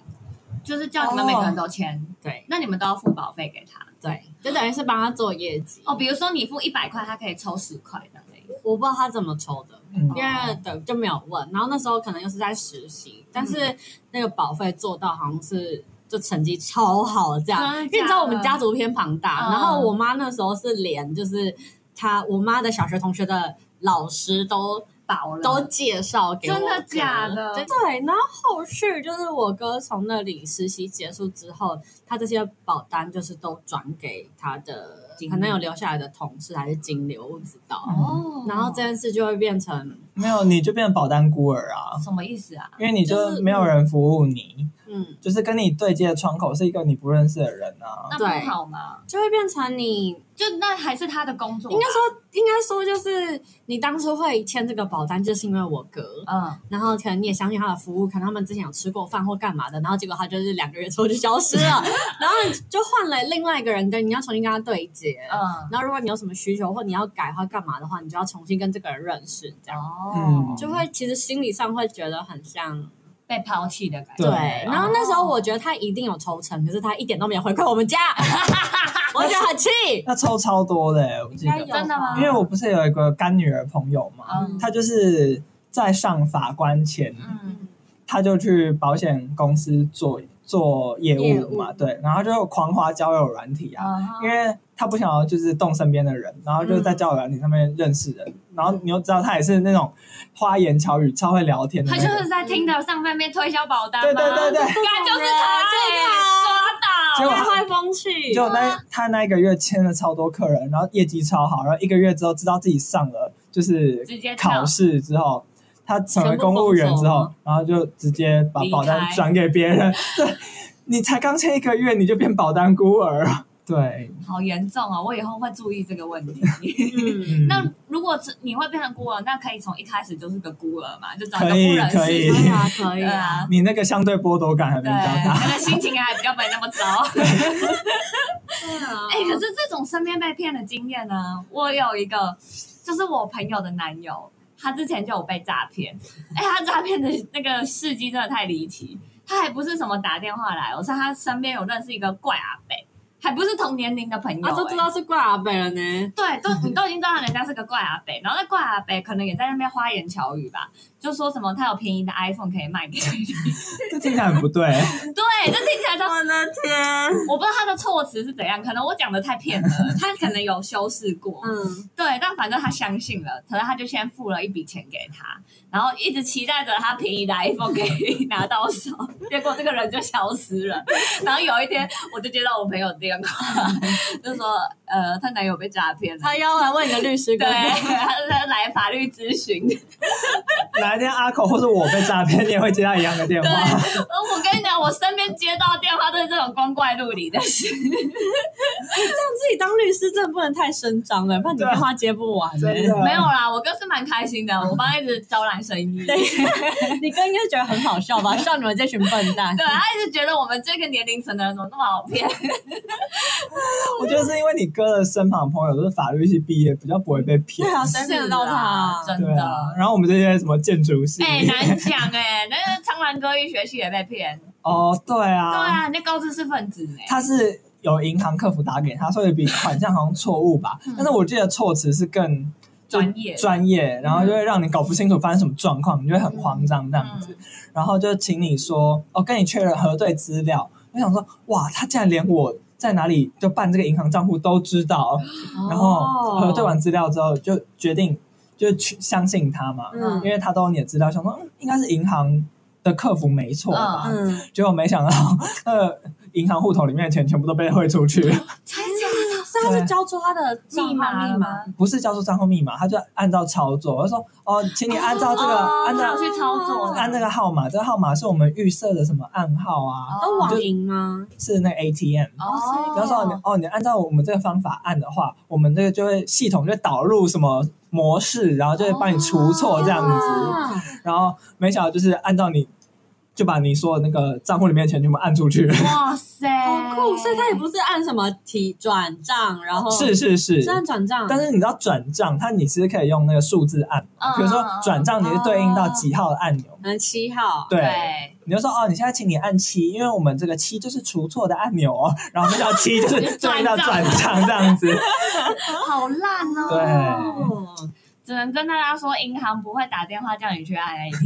就是叫你们每个人都签，
对
那你们都要付保费给他
对，就等于是帮他做业绩。
哦。比如说你付一百块，他可以抽十块的那个。
我不知道他怎么抽的，
嗯
因为对就没有问。然后那时候可能又是在实习，但
嗯
是那个保费做到好像是就成绩超好这样，
真的假的
因为你知道我们家族偏庞大，
嗯
然后我妈那时候是连就是她我妈的小学同学的老师都。
保了
都介绍给我
嗯
哥
真的假的
对，然后后续就是我哥从那里实习结束之后，他这些保单就是都转给他的
经理
可能有留下来的同事还是金流，我不知道。
哦，
然后这件事就会变成，
哦没有，你就变成保单孤儿啊，
什么意思啊？
因为你
就
就是没有人服务你，
嗯，
就是跟你对接的窗口是一个你不认识的人啊。
那
对
不好吗？
就会变成你
就那还是他的工作吧，
应该说，应该说就是你当初会签这个保单，就是因为我哥，
嗯，
然后可能你也相信他的服务，可能他们之前有吃过饭或干嘛的，然后结果他就是两个月之后就消失了，然后你就换了另外一个人跟你要重新跟他对接，
嗯
然后如果你有什么需求或你要改或干嘛的话，你就要重新跟这个人认识，这样
哦，
就会其实心理上会觉得很像
被抛弃的感觉。
对
然后那时候我觉得他一定有抽成，可是他一点都没有回馈我们家，我觉得很气。
那抽超多的、欸，我记
应该
得
有，
真的吗
因为我不是有一个干女儿朋友嘛，
嗯
她就是在上法官前，
嗯，
她就去保险公司做做业
业
务
务
嘛，对，然后就狂花交友软体啊，
嗯
因为她不想要就是动身边的人，然后就是在交友软体上面认识人，然后你又知道她也是那种花言巧语、超会聊 (laughs) 天的、
他
那
就
种。
是在听的上面面推销保单嘛，
对对对对，
干就是他，
对
他
结
抓
果
到，
太坏风气，
就
啊
那他那一个月签了超多客人，然后业绩超好，然后一个月之后知道自己上了就是
直接跳
考试之后，他成为公务员之
全部封手
后
吗，
然后就直接把保单转给
(laughs)
别人。对，你才刚签一个月你就变保单孤儿啊？对，
好严重哦！我以后会注意这个问
(laughs)
题。
嗯，
嗯
那如果只你会变成孤儿，那可以从一开始就是个孤儿嘛，就找一个
可
不
以
认识
可以
的
可以啊，可以
对
啊
啊，，
你那个相对剥夺感还没比
对，
较 (laughs) 大。
那个心情还比较没那么糟。哎、
哎
可是这种身边被骗的经验呢，我有一个，就是我朋友的男友，他之前就有被诈
(laughs)
骗。哎、他诈骗的那个事迹真的太离奇，他还不是什么打电话来哦，我是他身边有认识一个怪阿伯，还不是同年龄的朋友、
啊，都知
哎
道是怪阿北了呢，
对，都你都已经知道人家是个怪阿北，然后那怪阿北可能也在那边花言巧语吧，就说什么他有便宜的 iPhone 可以卖给你。 (laughs)
这听起来很不对，
对，这听起来就
我的天，
我不知道他的措辞是怎样，可能我讲的太骗了，他可能有修饰过。
嗯，
对，但反正他相信了，可能他就先付了一笔钱给他，然后一直期待着他便宜的 iPhone 可以拿到手，结果这个人就消失
(laughs)
了。然后有一天，我就接到我朋友电话，就说呃，她男友被诈骗了。
他要来问你的律师哥
对，
哥， (laughs)
他是来法律咨询。
哪一天阿口或者我被诈骗，你也会接到一样的电
对，
话。
我跟你讲，我身边接到电话都是这种光怪陆离的事。
自己当律师真的不能太声张了，不然你
对啊
电话接不完。
真的
没有啦，我哥是蛮开心
(laughs)
的，我帮他一直招揽生意。
对， (laughs) 你哥应该觉得很好笑吧？笑你们这群笨蛋。
对，啊他一直觉得我们这个年龄层的人怎么那么好骗。
我觉得是因为你哥的身旁朋友都是法律系毕业，比较不会被骗
对。啊，谁骗得到他啊？
真
对
的。
啊，然后我们这些什么建筑系，
哎、难讲哎、 (laughs) 那个苍兰哥一学期也被骗。
哦，对啊，
对啊，人家高知识分子哎、
他是有银行客服打给他，所以比款项好像错误吧
嗯，
但是我记得措辞是更
专业嗯
专业，然后就会让你搞不清楚发生什么状况，你就会很慌张这样子，然后就请你说哦，跟你确认核对资料。我想说，哇，他竟然连我在哪里就办这个银行账户都知道，
哦
哦
然后核对完资料之后就决定就去相信他嘛，
嗯
因为他都有你的资料，想说嗯，应该是银行的客服没错吧，
嗯，
结果没想到， (laughs) 呃，银行户头里面的钱全部都被汇
(laughs)
出去，
才假
所以他是交出他的密码
密
密码
码，
不是交出账户密码，他就按照操作，他说哦，请你按照这个，
哦
按
他有
照
去操作
按这个号码，这个号码是我们预设的什么暗号啊？
哦
都网银吗？
是那个 ATM。
哦
比方说你哦，你按照我们这个方法按的话，我们这个就会系统就会导入什么模式，然后就会帮你除
哦
错这样子。
啊
然后没想到就是按照你，就把你说的那个账户里面的钱全部按出去。
哇塞，
好酷！所以他也不是按什么提转账，然
哦
(laughs)
后
是是是，
是按转账，
但是你知道转账，它你其实可以用那个数字按，
嗯
比如说转账你是对应到几号的按钮，
嗯七号，
对，
对，
你就说哦，你现在请你按七，因为我们这个七就是除错的按钮哦， (laughs) 然后那叫
(laughs)
七就是对应到转账这样子，
好烂哦。
对，
哦，
只能跟大家说，银行不会打电话叫你去按 ATM、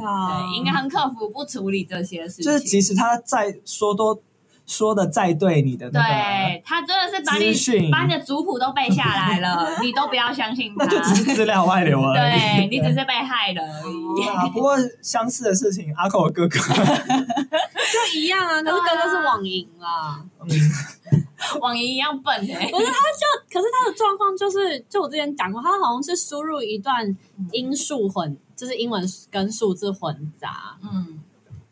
对啊，
对，银行客服不处理这些事情，
嗯就是即使他再说多说的再对你的那个，
对他真的是把你
资讯
把你的族谱都背下来
(laughs)
了，你都不要相信他
那，就只是资料外流而已。
对你只是被害了而已。
对啊，不过相似的事情，阿口的哥哥，
就一样啊，可
对
是
啊
哥哥是网啊银啦。
(laughs)
嗯
网银一样笨哎、欸，
可是他的状况就是，就我之前讲过，他好像是输入嗯一段音数混，就是英文跟数字混杂，
嗯，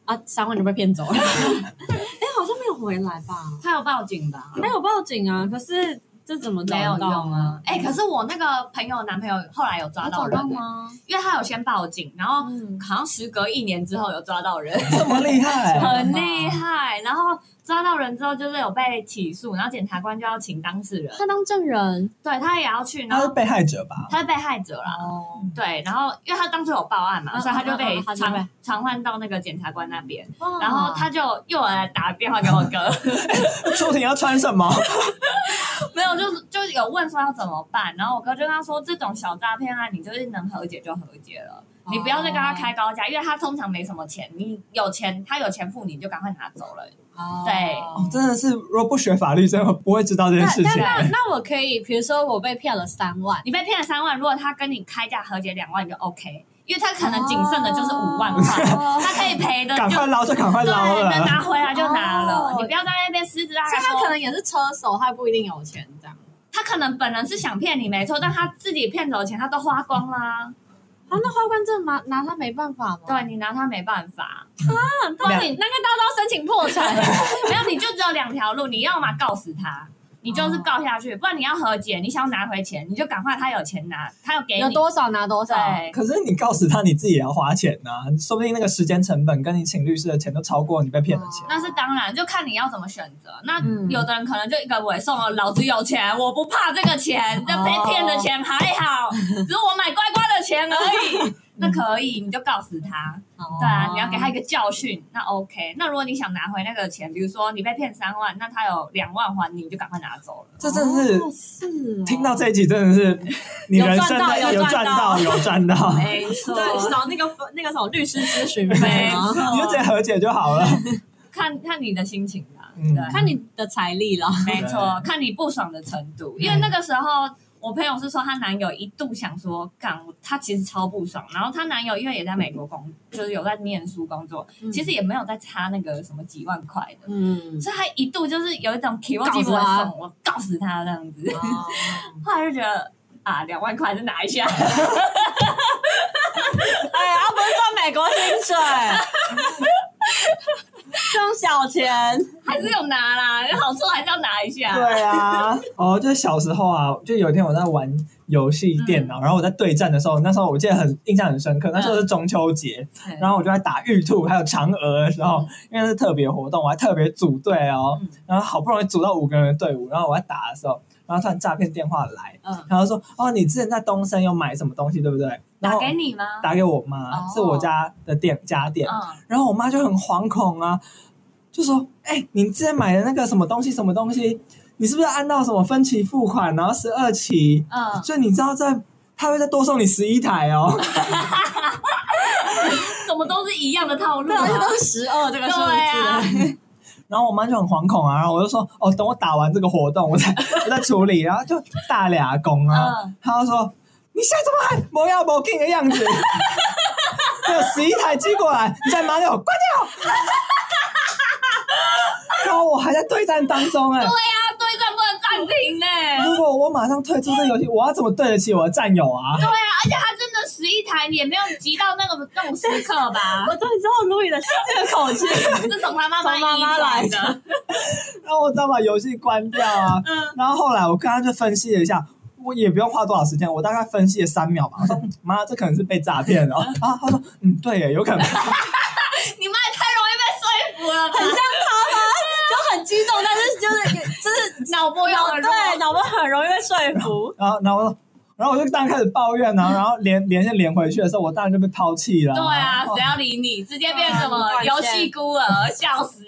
啊，三万就被骗走 (laughs) 了。
哎，好像没有回来吧？
他有报警吧？
他有报警啊，可是这怎么找
没有
得到
用啊！哎、可是我那个朋友男朋友后来有抓
有
到
找
人、
到吗？
因为他有先报警，然后
嗯，
好像时隔一年之后有抓到人，
这么厉害，
很厉害。然后抓到人之后就是有被起诉，然后检察官就要请当事人，
他当证人
对他也要去，然
他是
后
被害者吧？
他是被害者啦。
哦，
对，然后因为他当初有报案嘛，
嗯
所以他就
嗯
被
嗯他就被
传传唤到那个检察官那边，
哇
然后他就又有来打电话给我哥，
出庭要穿什么？
没有，就是就有问说要怎么办，然后我哥就跟他说，这种小诈骗案你就是能和解就和解了，
哦
你不要再跟他开高价，因为他通常没什么钱，你有钱他有钱付你你就赶快拿走了。
哦
对
哦真的是，如果不学法律，真的不会知道这件事
那
情。
那 (laughs) 那我可以，比如说我被骗了三万，
你被骗了三万，如果他跟你开价和解两万，你就 OK，因为他可能仅剩的就是五万块，
哦
他可
(laughs)
以赔的
赶
就
快捞就赶快
对，
捞
能
了，
拿回来就拿了，
哦
你不要在那边狮子大开
所以他
说
可能也是车手，他不一定有钱这样。
他可能本人是想骗你没错，但他自己骗走的钱他都花光啦，
啊，那花冠证拿拿他没办法吗？
对，你拿他没办 (laughs) 法。
啊那你那个刀刀申请破
(laughs)
产，
没有，你就只有两条路，你要么告死他，你就是告下去，不然你要和解，你想拿回钱，你就赶快他有钱拿，他有给你
有多少拿多少。
对，
可是你告诉他，你自己也要花钱呐、说不定那个时间成本跟你请律师的钱都超过你被骗的钱。
那是当然，就看你要怎么选择。那
嗯
有的人可能就一个尾送了，老子有钱，我不怕这个钱，这被骗的钱还好，
哦
只是我买乖乖的钱而已。 (laughs) 那可以，你就告死他。
哦
对啊，你要给他一个教训，那 OK。那如果你想拿回那个钱，比如说你被骗三万，那他有两万还你，你就赶快拿走了。
这真的是、
哦是哦
听到这一集，真的是你人生的
有赚到
有赚到，有赚到
没错
哦对，找那个那个什么律师咨询费 (laughs)
没
吗？
你就直接
错，
和解就好了。
看看你的心情啦，
嗯
对，
看你的财力了。
没
(laughs)
错，看你不爽的程度。
嗯
因为那个时候，我朋友是说她男友一度想说，干，她其实超不爽。然后她男友因为也在美国工，就是有在念书工作，其实也没有在差那个什么几万块的。
嗯，
所以她一度就是有一种提我
告
记
死
不
他
爽，我告死他这样子。
哦
后来就觉得啊，两万块还是拿一下，
(laughs)
(laughs)
哎呀，不是赚美国薪 (laughs) 水，这种小钱，
还是有拿啦，有好处还是要拿一下。
对啊，哦，就是小时候啊，就有一天我在玩游戏电脑，然后我在对战的时候，那时候我记得很印象很深刻，那时候是中秋节，
嗯
然后我就在打玉兔还有嫦娥的时候，因为是特别活动，我还特别组队哦，
嗯
然后好不容易组到五个人的队伍，然后我在打的时候，然后突然诈骗电话来，
嗯
然后说哦，你之前在东森有买什么东西对不对？
打
然后
给你吗？
打给我妈，
哦
是我家的店家店，
嗯，
然后我妈就很惶恐啊，就说：“哎、你之前买的那个什么东西，什么东西，你是不是按到什么分期付款，然后十二期？
嗯，
所以你知道在他会再多送你十一台哦。
怎么都是一样的套路
(laughs) 对，
啊
而且 (laughs) 都是十二这个数字。
对啊，
然后我妈就很惶恐啊，然后我就说：哦，等我打完这个活动，
(laughs)
我再我再处理。然后就大俩工啊，
嗯
她就说：你现在怎么还磨牙磨劲的
(laughs)
样子？有十一台寄过来，你再马上关掉。 (laughs) 然后我还在对战当中哎、
他对啊战不能暂停呢。
如果我马上退出这游戏，我要怎么对得起我的战友啊？
对啊，而且他真的十一台，你也没有急到那个那种时刻
(laughs)
吧？
我终于知道路易的这个 (laughs) 口气，
是从他妈妈
从妈妈
遗
来
传的，
然后我只好把游戏关掉啊。
嗯
然后后来我跟他就分析了一下，我也不用花多少时间，我大概分析了三秒吧。我说：“嗯妈，这可能是被诈骗了。”然后他说：“嗯，对耶，有可
(laughs)
能。
你妈也太容易被说服了吧
很？像他吗？就很激动，但是就是就是
脑波又
脑
很弱
(laughs) 对啊脑波很容易被说服”。
然后，然后我说。然后我就当然开始抱怨啊，然后连连线连回去的时候，我当然就被抛弃了。
对啊，
哦
谁要理你？直接变什么
对啊
游戏孤儿，笑死！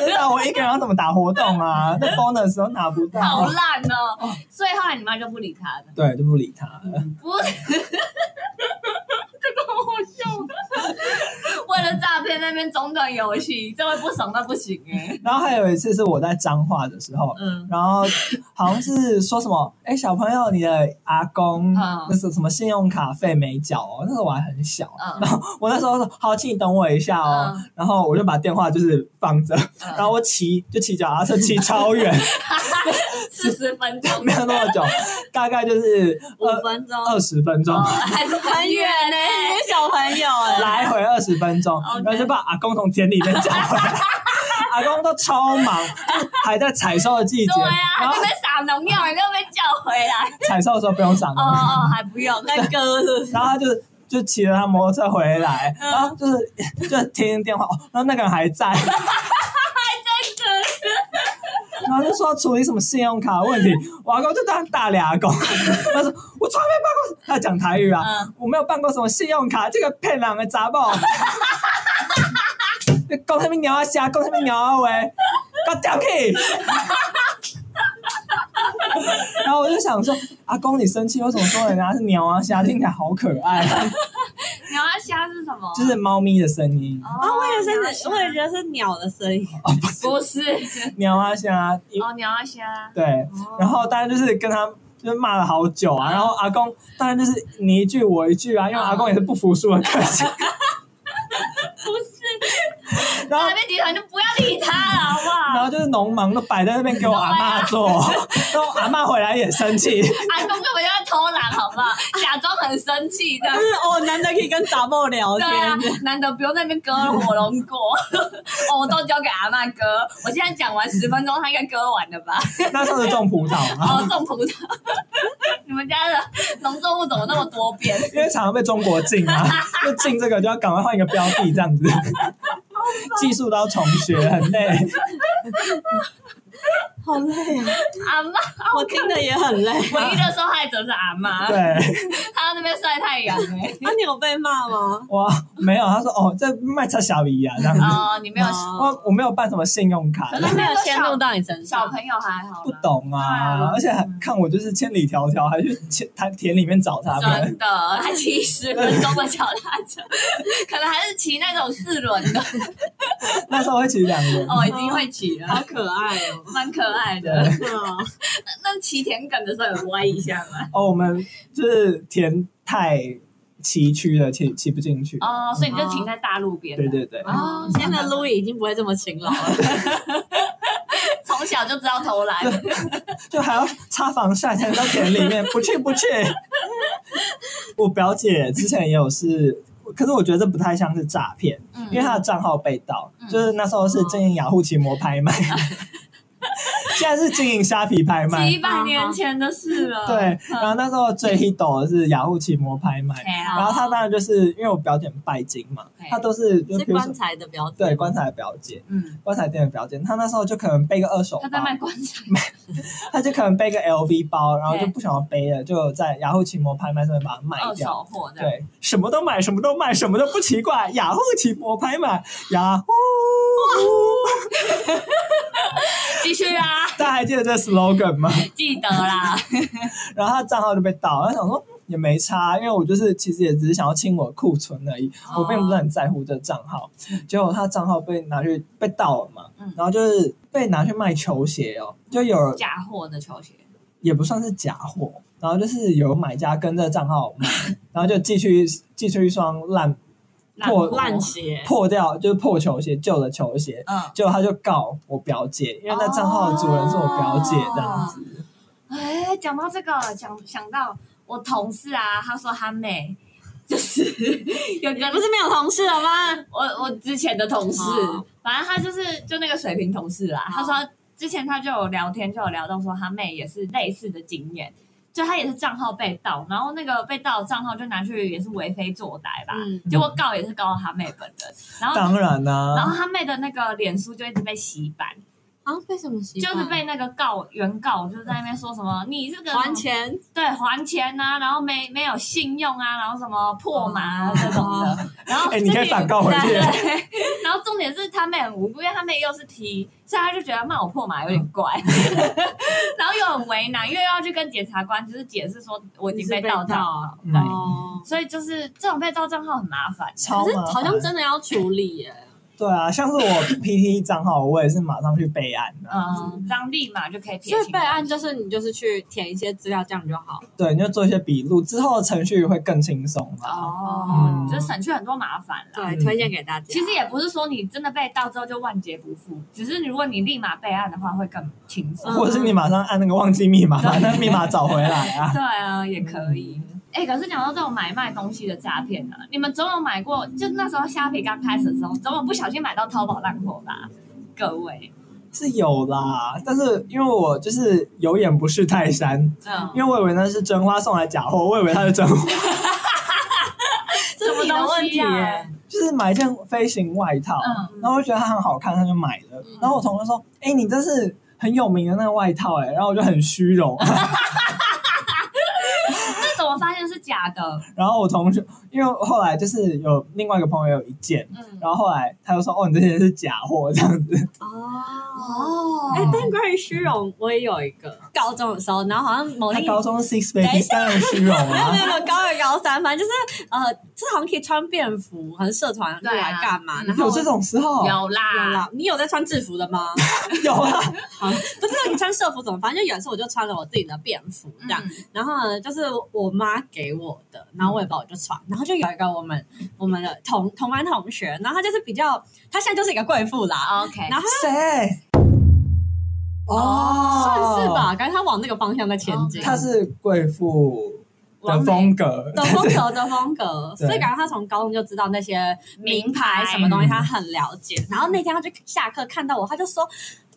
真的，啊我一个人要怎么打活动啊？
(laughs)
那 bonus 都拿不到，
好烂哦、所以后来你妈就不理他了。
对，就不理他了。
不是， (laughs) 这个好笑的。为了诈骗那边中断游戏，这会不爽到不行哎、
然后还有一次是我在彰化的时候，
嗯，
然后好像是说什么，哎、小朋友，你的阿公
嗯
那是什么信用卡费没缴哦？那时候我还很小，
嗯
然后我那时候说好，请你等我一下哦，
嗯
然后我
(laughs)
就把电话就是放着，然后我骑就骑脚踏车骑超远，
四十分钟
没有那么久，大概就是 (laughs)
五
二
分钟，
二十分钟
哦，，还是很远欸呢、
欸你是小朋友哎，
来回二十分钟
OK，
然后就把阿公从田里面叫
(laughs)
回来。阿公都超忙，就是还在采收的季节，
对啊，还
然后
在那边撒农药，你就被叫回
(laughs)
来。
采收的时候不用长
哦
了。
哦，还不用那
哥是不是
然后他就就骑着他摩托车回来，然后就是就听电话，哦然后那个人还在，
个
然后就说处理什么信用卡问题，我阿公就当大俩阿公，他说我从来没办过，他讲台语啊，
嗯
我没有办过什么信用卡，这个骗人的杂报。讲什么鸟啊虾，讲什么鸟啊喂，搞掉去。然后我就想说，阿公你生气，为什么说人家是鸟啊虾？听起来好可爱，
鸟啊虾是什么？
就是猫咪的声音。
啊
啊，我也是，我也觉得是鸟的声音，
不是
鸟啊虾，
哦，鸟啊虾。
对，
哦
然后当然就是跟他就是骂了好久啊，然后阿公当然就是你一句我一句啊，
哦
因为阿公也是不服输的个性。
不是，
然后
那边集团就不要理他了，好不
然
好？
后就是农忙都摆在那边给我阿妈做，
啊
然后阿妈回来也生
(laughs)
气，
阿公根本就在偷懒，好不好？假装很生气的
就。是哦，难得可以跟杂报聊
对
天，
啊，难得不用在那边割火龙果， (laughs) 哦，我都交给阿妈割。我现在讲完十分钟，他应该割完了吧？
那时候就种葡萄啊，
哦，种葡萄， (laughs) 你们家的农作物怎么那么多变？
因为常常被中国禁
(laughs)
啊，就禁这个就要赶快换一个标的这样子，技术都要重学，很累。
好累啊，
阿妈
我听的也很累。
唯一的受害者是阿妈，她
对，
在那边晒太阳哎、
(laughs)
那啊你有被骂吗？
哇，没有，他说哦，这卖菜小姨啊这样子，
哦，你没有，
我我没有办什么信用卡
可，
他
是
没有迁怒到你身
小
上，
朋友还好
不
啦，
懂
对啊
啊，而且还看我就是千里迢迢还去田田田里面找他们，
真的，他骑十分钟的脚踏车， (laughs) 可能还是骑那种四轮的，
那时候会骑两轮，
哦，已经会骑了，
好可爱哦。
蛮可爱的。
对。
嗯
那骑田埂的时候有歪一下吗？
哦，我们就是田太崎岖了，骑骑不进去。
哦，所以你就停在大路边。
对。对对，
哦，
啊现在的 Louis 已经不会这么勤劳了。
从小就知道偷懒，
就还要擦防晒才能到田里面，不去
(laughs)
不去。我表姐之前也有是，可是我觉得这不太像是诈骗，因为
嗯，
她的账号被盗，
嗯
就是那时候是经营雅虎奇摩
(laughs)
拍卖，现在是经营虾皮拍卖
几。百年前的事了。嗯
对，然后那时候
(laughs)
最 hit 的是雅虎奇摩拍卖，
哎呀
然后她当然就是因为我表姐很拜金嘛
嘿，
她都是就是比如
棺
说
材的标志，
对棺材的表姐，
嗯，
棺材店的表姐，她那时候就可能背个二手
他在
包，
卖棺材，
他就可能背个 LV 包，然后就
对
不想要背了，就在雅虎奇摩拍卖上面把它卖
二
掉。
手货这样。
对，什么都买，什么都卖，什么都不奇怪。雅虎奇摩拍卖，雅虎，
继续啊，
大家还记得这 slogan 吗？
记得啦。
然后他账号就被盗，他想说嗯也没差，因为我就是其实也只是想要清我的库存而已，我并
哦
不是很在乎这账号。结果他账号被拿去被盗了嘛
嗯，
然后就是被拿去卖球鞋哦，就有
假货的球鞋。
也不算是假货，然后就是有买家跟这账号
(laughs)
买，然后就寄去寄出一双烂破
烂鞋，
破掉就是破球鞋，旧的球鞋，
嗯，
结果他就告我表姐，因为那账号的主人是我表姐这样子。
哦
子。哎，讲到这个，讲想到我同事啊，他说他妹就是
(laughs)
有
你
个
不是没有同事了吗？
我我之前的同事
哦，
反正他就是就那个水平同事啦。他说之前他就有聊天，就有聊到说他妹也是类似的经验，就他也是账号被盗，然后那个被盗的账号就拿去也是为非作歹吧，
嗯，
结果告也是告到他妹本人，然后
当然
然
啊啦、
后他妹的那个脸书就一直被洗版，
啊，被什么习
就
惯？
是被那个告原告就在那边说什么你这个
还钱，
对还钱啊，然后没没有信用啊，然后什么破麻啊这种的，然后
哦哎你可以
这
反告回去
(laughs) 对，然后重点是他妹很无辜，因为他妹又是 T，所以他就觉得骂我破麻有点怪，
嗯
(laughs) 然后又很为难，因为要去跟检察官就是解释说我已经被盗
你是被
账，
盗
嗯
哦。
所以就是这种被盗账号很麻烦。
超
可是
麻烦
好像真的要处理耶，
对啊，像是我 PT 账号，我也是马上去备案的、
嗯，这样立马就可以撇
所以
清
备案就是你就是去填一些资料，这样就好。
对，你就做一些笔录，之后程序会更轻松啦。
哦
嗯，
就省去很多麻烦啦。
对，推荐给大家。
其实也不是说你真的被盗之后就万劫不复，只是如果你立马备案的话，会更轻松。
嗯
或者是你马上按那个忘记密码，把那个密码找回来啊。
对啊，也可以。
嗯
哎、可是讲到这种买卖东西的诈骗啊，你们总有买过，就那时候虾皮刚开始的时候，总有不小心买到淘宝烂货吧？各位，
是有啦，但是因为我就是有眼不识泰山，
嗯，
因为我以为那是真花送来假货，我以为它是真花， (laughs)
这是你的问题
什么东西
耶
啊，
就是买一件飞行外套，
嗯
然后我就觉得它很好看，他就买了。然后我同事说：“哎、你这是很有名的那个外套哎、然后我就很虚荣。
那怎么发现是假的？
然后我同学，因为后来就是有另外一个朋友有一件，
嗯，
然后后来他就说：“哦，你这件是假货这样子。
哦。
哦
哎，但关于虚荣，我也有一个
高中的时候，然后好像”某
他
一
高中 six
哦等一
baby 当然虚荣
没有
啊
没， (laughs) 有没有，高二高三，反正就是呃，这好像可以穿便服，好像社团
对啊
来干嘛？
嗯
然后
有
我
这种时候
有啦，
哦有啦，你有在穿制服的吗？ (laughs)
有啊，
不知道你穿社服怎么？反正有一次我就穿了我自己的便服这样，
嗯
然后呢，就是我妈给我的，然后我也不知道我就穿，然后就有一个我们我们的同同班同学，然后她就是比较，她现在就是一个贵妇啦，
，OK，
然后
谁？
她
哦，
算是。吧，感觉她往那个方向在前进，
她是贵妇的
王
风格，
的风格的风格，
对
所以感觉她从高中就知道那些名
名牌
牌什么东西，她很了解。然后那天她就下课看到我，她就说。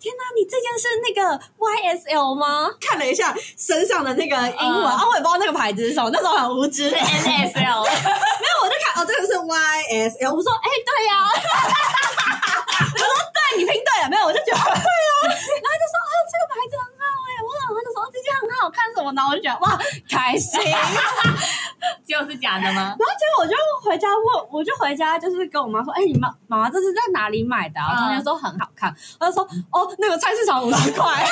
天哪，你这件是那个 YSL 吗？看了一下身上的那个英
嗯
文，啊，我也不知道那个牌子是什么，那时候很无知。
是 NSL，
我就看哦，这个是 Y S L，我说哎、对呀、 (laughs) 我说对，你拼对了没有？我就觉得哦对哦，然后就说啊、这个牌子很好哎、我老公就说哦这件很好看什么的，然后我就觉得哇开心。
(laughs)
然
就是假的吗？
后结果我就回家问，我就回家就是跟我妈说，哎、你妈妈妈这是在哪里买的、
嗯
啊？我同学说很好看，我就说哦那个菜市场五十块，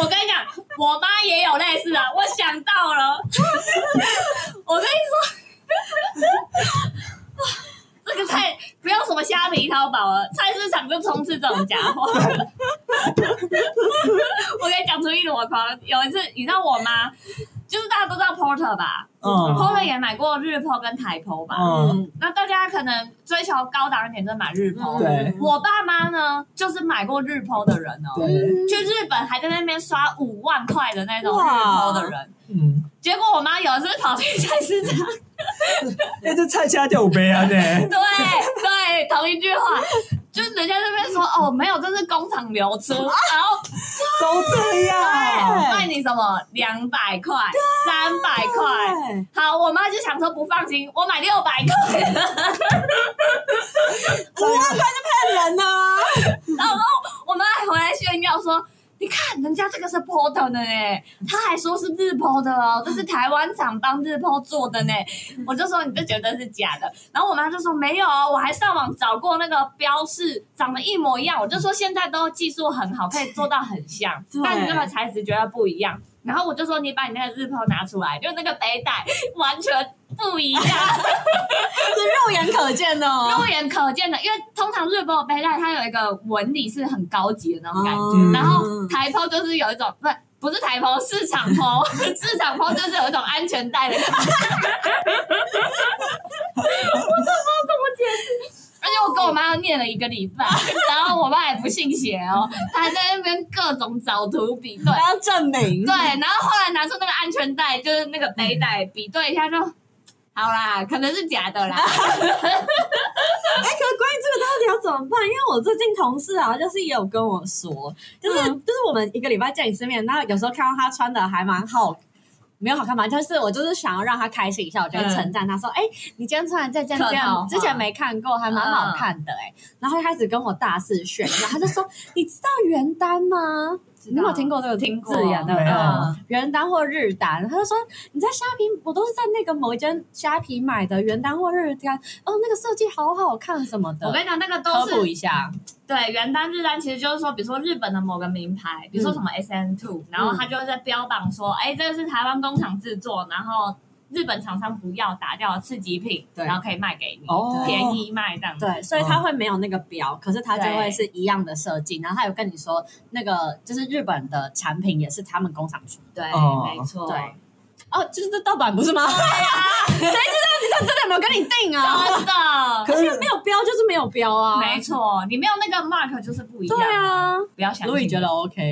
我跟你讲，我妈也有类似的，我想到了。 (laughs) 我跟你说，这个菜不用什么虾皮、淘宝了，菜市场就充斥这种假货。 (laughs) 我跟你讲出一箩筐。有一次，你知道我妈，就是大家都知道 Porter 吧、p
嗯
o r t e r 也买过日 PO 跟台 PO 吧。
嗯，
那大家可能追求高档一点，就买日 PO。
对
我爸妈呢，就是买过日 PO 的人哦。
嗯
对，
去日本还在那边刷五万块的那种日
哇
抛的人，
嗯，
结果我妈有一次跑去菜市场，
哎，这 (laughs) 菜价就有杯啊呢
对，对，同一句话，就人家那边说哦没有，这是工厂流出，
哦
然后
都这样，
卖你什么两百块、三百块。
对
好，我妈就想说不放心，我买六百块，
人啊呢、
然后我妈还回来炫耀说。你看人家这个是 porter 的呢，她还说是日 p 的哦，这是台湾厂帮日 p 做的呢。我就说你这绝对是假的，然后我妈就说没有哦，我还上网找过那个标示，长得一模一样。我就说现在都技术很好，可以做到很像
对，
但你那个材质觉得不一样。然后我就说你把你那个日 p 拿出来，就那个背带完全不一样。
是肉眼可见的哦，
肉眼可见的，因为通常日抛背带它有一个纹理是很高级的那种感觉，
哦
嗯
然后台抛就是有一种不不是台抛，市场 (laughs) 抛，市场抛就是有一种安全带的 (laughs) 感觉。我都不知道怎么解释。而且我跟我妈念了一个礼 (laughs) 拜，然后我妈也不信邪哦，她还在那边各种找图比对，
我要证明
对，然后后来拿出那个安全带，就是那个背带比对一下就，好啦，可能是假的啦。
哎、可是关于这个到底要怎么办？因为我最近同事啊，就是也有跟我说，就是、
嗯
就是我们一个礼拜见一次面，然后有时候看到他穿的还蛮好。没有好看嘛，就是我就是想要让他开心一下，我就会称赞他说：“哎、你今天穿的这件这
客套
样，
话
之前没看过，还蛮好看的哎、然后他就开始跟我大肆炫耀，他就说：“你知道原单吗？你有没有听过这个
听过
字眼的？
没有
嗯原单或日单，他就说你在虾皮，我都是在那个某一间虾皮买的原单或日单，哦，那个设计好好看什么的。
(laughs) 我跟你讲，那个都
科普
是
一下，
对原单日单，其实就是说，比如说日本的某个名牌，比如说什么 S N Two，、然后它就会在标榜说，哎、这个是台湾工厂制作，然后日本厂商不要打掉的次级品，
对
然后可以卖给你，
哦
便宜卖这样子。
对，所以它会没有那个标，可是它就会是一样的设计。然后它有跟你说，那个就是日本的产品也是他们工厂出的。
对，
哦
没错。
对，哦，就是这盗版不是吗？对呀、
(laughs)
谁知道你这真的有没有跟你定啊？
真的，
可是
没有标就是没有标啊。
没错，你没有那个 mark 就是不一样。
对，啊，
不要相
所以
信。
觉得 OK，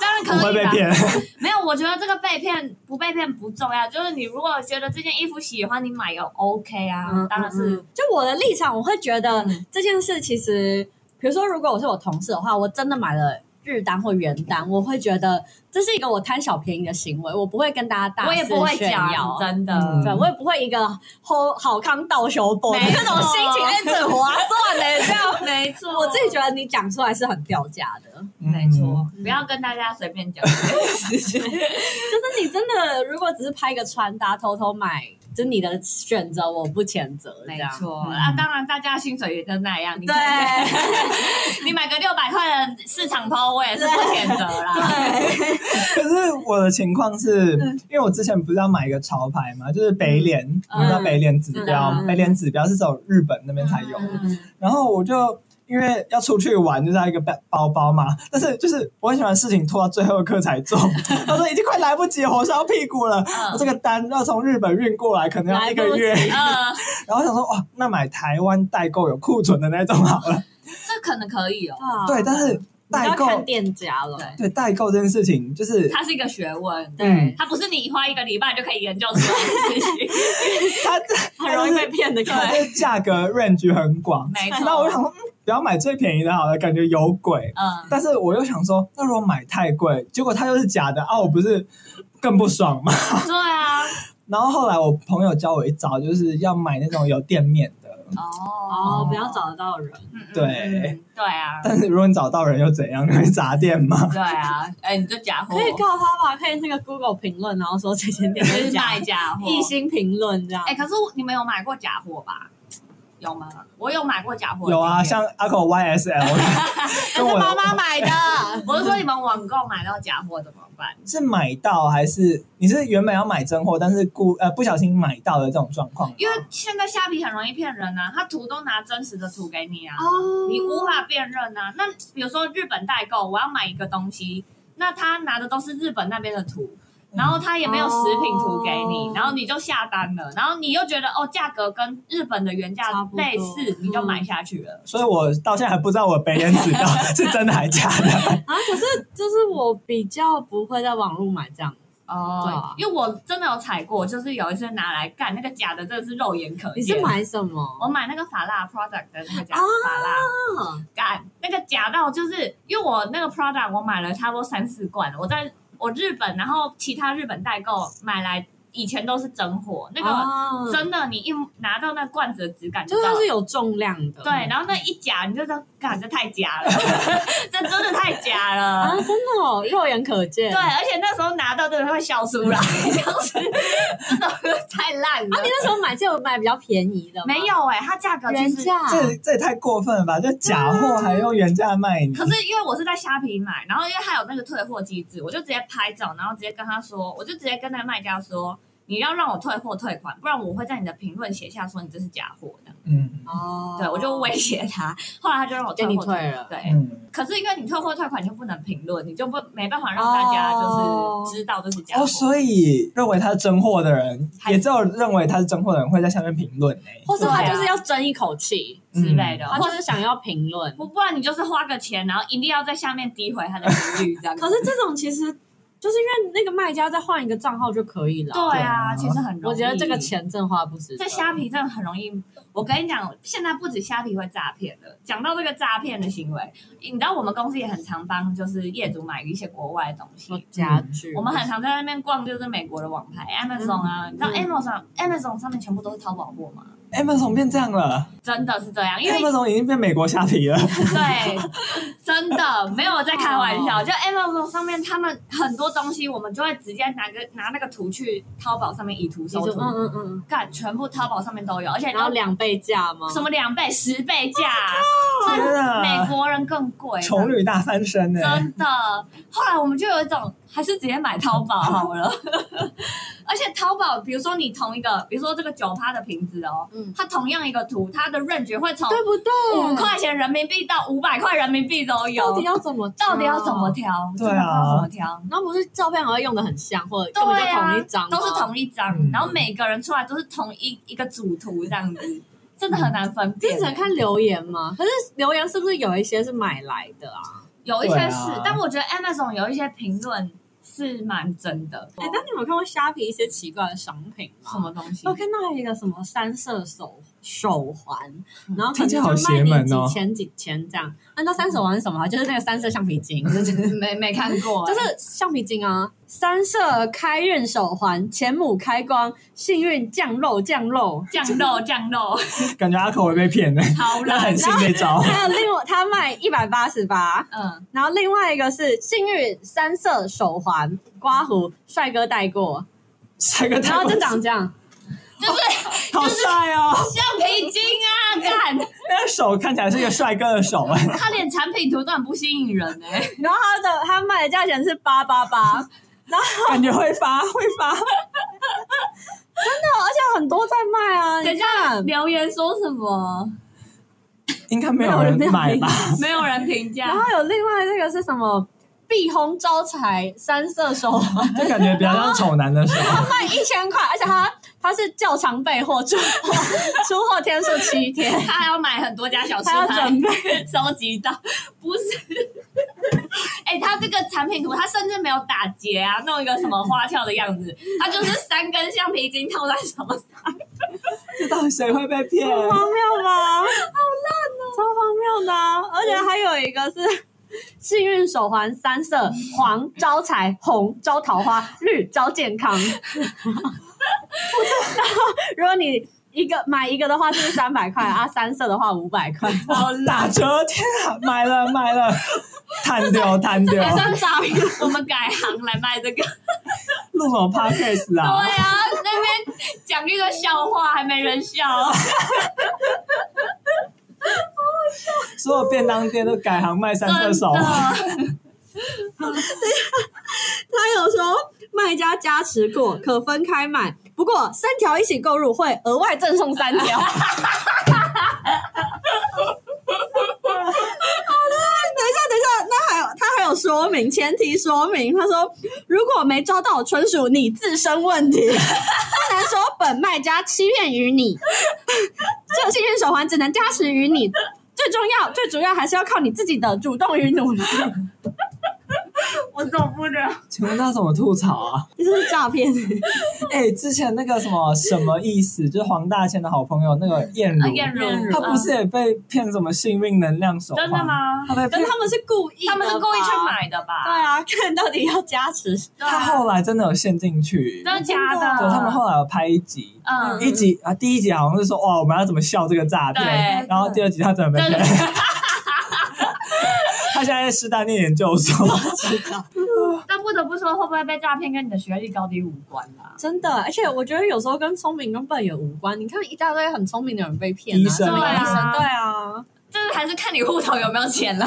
当然可
我会
以啊
被
啦。
骗。
没有，我觉得这个被骗不被骗不重要，就是你如果觉得这件衣服喜欢，你买也 OK 啊，
嗯
当然是。嗯
就我的立场，我会觉得这件事其实，比如说，如果我是我同事的话，我真的买了日单或原单，我会觉得这是一个我贪小便宜的行为，我不会跟大家大
我也不会
肆炫耀
讲，真的。
嗯
对，我也不会一个好好康倒修波的
没
那种心情，
错
哎，这划
(laughs)
算呢，这样。
没错，
我自己觉得你讲出来是很掉价的，
没
嗯
错，不要跟大家随便
(laughs)
讲。
就是你真的如果只是拍个穿搭，偷偷买，就是你的选择，我不谴责，这
没
样。
错，
嗯
啊，当然大家薪水也就那样。你
对
看， (laughs) 你买个六百块的市场抛，我也是不谴责啦。
对，
(laughs) 可是我的情况是，
嗯
因为我之前不是要买一个潮牌嘛，就是北脸，
嗯
你知道北脸指标
嗯
吗？
嗯
北脸指标是只有日本那边才有的。然后我就因为要出去玩，就是要一个包包包嘛，但是就是我很喜欢事情拖到最后一刻才做，
(laughs)
我说已经快来不及火烧屁股了。我这
嗯
个单要从日本运过来，可能要一个月
来不。
呃，
然后我想说，哇，那买台湾代购有库存的那种好了。
这可能可以哦，
对，但是
嗯你
代
要
购，
看店家了。
对
对代购这件事情，就是
它是一个学问，
对，
它不是你花一个礼拜就可以研究出来的事
(laughs)
情。
它
很容易被骗的。
它的价格 range 很广。
没错，
那我就想说，嗯，不要买最便宜的好了，感觉有鬼。
嗯，
但是我又想说，那如果买太贵，结果它又是假的啊，我不是更不爽吗？ (laughs)
对啊，
然后后来我朋友教我一招，就是要买那种有店面的。
哦
哦，不要，找得到人，
嗯嗯
对
嗯对啊，
但是如果你找到人又怎样？ (laughs) 你会砸店吗？
对啊，哎，你就假货，
可以告他吧？可以那个 Google 评论，然后说这间店
就是是
假
卖，假货，
一星评论这样
哎、。可是你们有买过假货吧？有吗？我有买过假货。
有啊，像阿
(laughs)
口 YSL，跟我
买的，
我是说你们网购买到假货怎么办？
是买到还是你是原本要买真货，但是故呃不小心买到的这种状况吗？
因为现在虾皮很容易骗人啊，他图都拿真实的图给你啊，
哦
你无法辨认啊。那比如说日本代购，我要买一个东西，那他拿的都是日本那边的图。然后他也没有实品图给你，
哦
然后你就下单了，然后你又觉得哦，价格跟日本的原价
差不多
类似，你就买下去了。
所以我到现在还不知道我北眼指标 (laughs) 是真的还假
(laughs)
的。
啊！可是就是我比较不会在网络买这样，对
哦
啊，
因为我真的有踩过，就是有一次拿来干那个假的，真的是肉眼可见。
你是买什么？
我买那个法拉 product 的那个假、
啊
法拉干那个假到，就是因为我那个 product 我买了差不多三四罐，我在我日本，然后其他日本代购买来以前都是真货，那个
个
真的你一拿到那罐子的质感就
就
知
啊
道
是它。是有重量的，
对，然后那一夹你就知道，干这太假
(laughs)
了，这真的太假了。
啊，真的哦，肉眼可见。
对，
啊，
而且那时候拿到真的会笑出来，就是真的太烂
你
了。
那时候买就有买比较便宜的吗，
没有哎、它价格其
原
实，
价，
这这也太过分了吧！这假货还用原价卖你？
(laughs) 可是因为我是在虾皮买，然后因为它有那个退货机制，我就直接拍照，然后直接跟他说，我就直接跟那个卖家说，你要让我退货退款，不然我会在你的评论写下说你这是假货的。
嗯
哦，
对，我就威胁
(laughs)
他，后来他就让我退
给你
货。
退了，
对，
嗯，
可是因为你退货退款，你就不能评论，你就不没办法让大家
哦
就是知道这是假货。
哦，所以认为它是真货的人，
还
也只有认为它是真货的人会在下面评论呢。嗯
或是他
对啊
就是要争一口气，
之类的，
他就是想要评论。
不不然你就是花个钱，然后一定要在下面诋毁他的名誉这样子。
(laughs) 可是这种其实就是因为那个卖家再换一个账号就可以了。
对啊，其实很容易。
我觉得这个钱真的花不值得。
在虾皮真的很容易。我跟你讲，现在不止虾皮会诈骗了。讲到这个诈骗的行为，你知道我们公司也很常帮就是业主买一些国外的东西。
说家具，
嗯我们很常在那边逛，就是美国的网牌 Amazon 啊，你知道 Amazon Amazon 上面全部都是淘宝货吗？
Amazon 变这样了
真的是这样，因为
，Amazon 已经变美国虾
(laughs)
皮了。
对，真的没有在开玩笑。就 Amazon 上面，他们很多东西，我们就会直接拿个拿那个图去淘宝上面以图
你
搜
说
图，
嗯嗯嗯，
干全部淘宝上面都有，而且
然后
都
两倍价吗？
什么两倍、十倍价，
天
美
啊，
国人更贵，
丑女大翻身呢！
真的。后来我们就有一种还是直接买淘宝好
(laughs)
了。而且淘宝，比如说你同一个，比如说这个九趴的瓶子哦，
嗯
它同样一个图，它的 range 会从
对不对？
五块钱人民币到五百块人民币都有。
到底要怎么？
到底要怎么？挑？
对
真的不
啊
知道怎么挑？
然后不是照片还会用的很像，或者
对
根本就
啊，
同一张吗，
都是同一张，
嗯
然后每个人出来都是同一一个组图这样
嗯
子，真的很难分
这
辨。
只能看留言吗？可是留言是不是有一些是买来的啊？
有一些是，
对啊
但我觉得 Amazon 有一些评论是蛮真的。
哎、那你有没有看过虾皮一些奇怪的商品吗？
什么东西
我？看到一个什么三色手手环，
嗯
然后可
听
能
起来
就
好
卖
邪
你
门
几
哦
千几千这样。按照三色环是什么？啊就是那个三色橡皮
(laughs)
筋， (laughs)
没没看过、
就
哎
是橡皮筋啊，三色开运手环，前母开光，幸运降肉降肉。
酱肉酱肉，
感觉阿口会被骗的，
超
他
烂
很。信这招。
还有另外， (laughs) 他卖一百八十八，
嗯，
然后另外一个是幸运三色手环，刮胡帅哥戴过，
下一个
然
他
后就长
(laughs)
这样，
好帅哦，
橡皮筋啊，干！
那个手看起来是一个帅哥的手哎。
他连产品图都很不吸引人哎、
然后他的他卖的价钱是八八
(laughs)
八，
感觉会发会
(laughs)
发，
而且很多在卖啊。
等一
你
下
看，
留言说什么？
应该没有人买吧？
没有人评价
然。后有另外那个是什么？碧红招财三色手环
就感觉比较像丑男的手。 (laughs)
卖一千块，而且它它是较常备货，出货出货天数七天，
他还要买很多家小吃
他要
摊
准备。
(laughs) 收集到，不是？哎、他这个产品图，他甚至没有打结啊，弄一个什么花俏的样子，他就是三根橡皮筋套在手上。
这到底谁会被骗？
很荒谬吧？好烂哦，超荒谬的、啊！而且还有一个是幸运手环三色，黄招财，红招桃花，绿招
(laughs)
健康。然后如果你一个买一个的话，就是三百块啊，三色的话五百
(laughs)
块。
好打折！天啊，买了买了，摊 (laughs) 掉摊掉，
啊
也算诈骗。我们改行来卖这个。
录什么 podcast
对
啊？
啊，那边讲一个笑话还没人笑，
所有便当店都改行卖三
真
色手，啊
的。 (laughs)
他有说卖家加持过，可分开买，不过三条一起购入会额外赠送三 (laughs) 条。好烂！等一下，等一下，那还有他还有说明，前提说明，他说如果没抓到，纯属你自身问 (laughs) 题，不能说本卖家欺骗于 (laughs) 你。这个幸运手环只能加持于你，最重要、最主要还是要靠你自己的主动与努力。
我受不 (laughs) 了。
请问他怎么吐槽啊？
(laughs) 这是诈骗。
哎，之前那个什么什么意思？就是黄大千的好朋友那个燕如
啊，，燕如
燕，如
他不是也被骗什么幸运能量手
嗯
环？
真的？吗？
他被
可
骗
是，他们是故意，
他们是故意去。买的
对
吧？
啊，看到底要加持。
对
他
啊，
后来真的有陷进去。
真的假的？
对，他们后来有拍一集，
嗯，
一集啊，第一集好像是说哇，我们要怎么笑这个诈骗
对，
然后第二集他怎么被
真的
骗？ (laughs) 他现在在师大念研究所，
(laughs) 但不得不说，会不会被诈骗跟你的学历高低无关啊啦、
真的，而且我觉得有时候跟聪明跟笨也无关。你看一大堆很聪明的人被骗、啊，
医生
什么
对啊
医生，对啊，
就是还是看你户头有没有钱 (laughs) 了。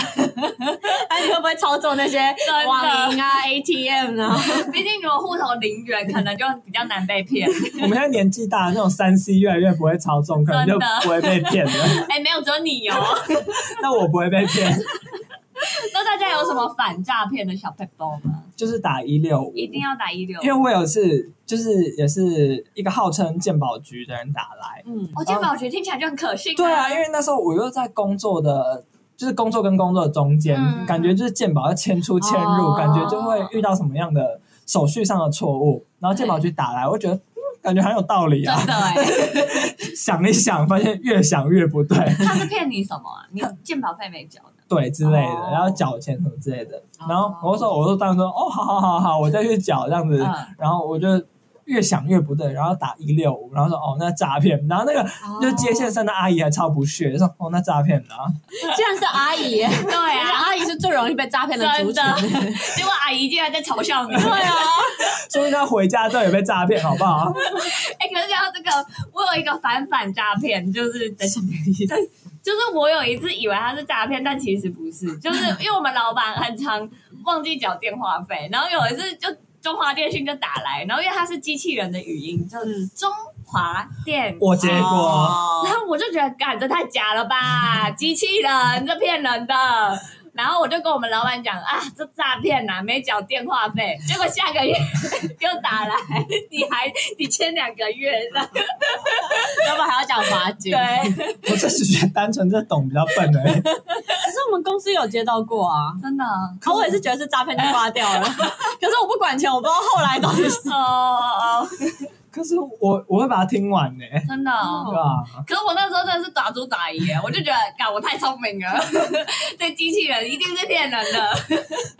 哎，你会不会操作那些
的
网银啊、ATM 啊？
毕竟如果户头零元，可能就比较难被 (laughs) 骗。
我们现在年纪大，那种三 C 越来越不会操纵，可能就
真的
不会被
(laughs)
骗了。
哎、没有，只有你有。
那我不会被骗，
那大家有什么反诈骗的小 p e p e 吗？
就是打一六五，
一定要打一六。
因为我有一次就是也是一个号称鉴宝局的人打来，
嗯，
哦，鉴宝局听起来就很可信、
对啊，因为那时候我又在工作的。就是工作跟工作的中间，
嗯
感觉就是鉴宝要迁出迁入，
哦
感觉就会遇到什么样的手续上的错误，然后鉴宝局打来，我就觉得、嗯、感觉很有道理啊，
真的 (laughs) 哎、
想一想，发现越想越不对， (laughs)
他是骗你什么啊？你鉴保费没交的。
对之类的，
哦
然后缴钱什么之类的。然后我就说，我就当时说，哦，好好好好，我再去缴这样子。
嗯
然后我就越想越不对，然后打一六五，然后说，哦，那诈骗。然后那个就是接线生的阿姨还超不屑，就说，哦，那诈骗的、啊。
竟然是阿姨 (laughs) 耶，
对
而且
啊，
阿姨是最容易被诈骗的族
真
群。
的。结果阿姨竟然在嘲笑你。
对啊，
所以他回家之后也被诈骗，好不
(laughs)
好？
哎、可是讲到这个，我有一个反反诈骗，就是在就是我有一次以为他是诈骗，但其实不是，就是因为我们老板很常忘记缴电话费，然后有一次就中华电信就打来，然后因为他是机器人的语音，就是中华电信，
我结果
哦
然后我就觉得，干这太假了吧， (laughs) 机器人这骗人的。然后我就跟我们老板讲啊，这诈骗呐、没缴电话费。结果下个月 (laughs) 又打来，你还你签两个月的，
要不然还要讲华军。
对，
我这只是单纯这懂比较笨而
(laughs)
已。
可是我们公司有接到过啊，
真的
可我也是觉得是诈骗就挂掉 (laughs) 了。可是我不管钱，我不知道后来到底
(laughs)
是
哦哦，哦
可是我我会把它听完呢、
真的、
对
哦。
吧、
可是我那时候真的是打猪打爷，我就觉得，干我太聪明了， (laughs) 这机器人一定是骗人的。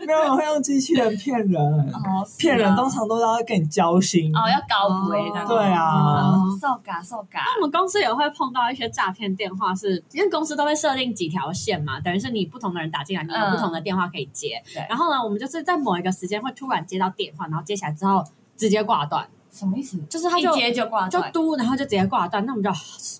没有人会用机器人骗
啊
人，
哦，
骗人通常都是要跟你交心。
哦要搞鬼的，
对啊，
哦，受嘎受嘎。
那我们公司也会碰到一些诈骗电话是，因为公司都会设定几条线嘛，等于是你不同的人打进来，你有
嗯
不同的电话可以接。
对
然后呢，我们就是在某一个时间会突然接到电话，然后接起来之后直接挂断，
什么意思？
就是他
一
就
接就挂
就
断。
嘟，然后就直接挂断，那我们就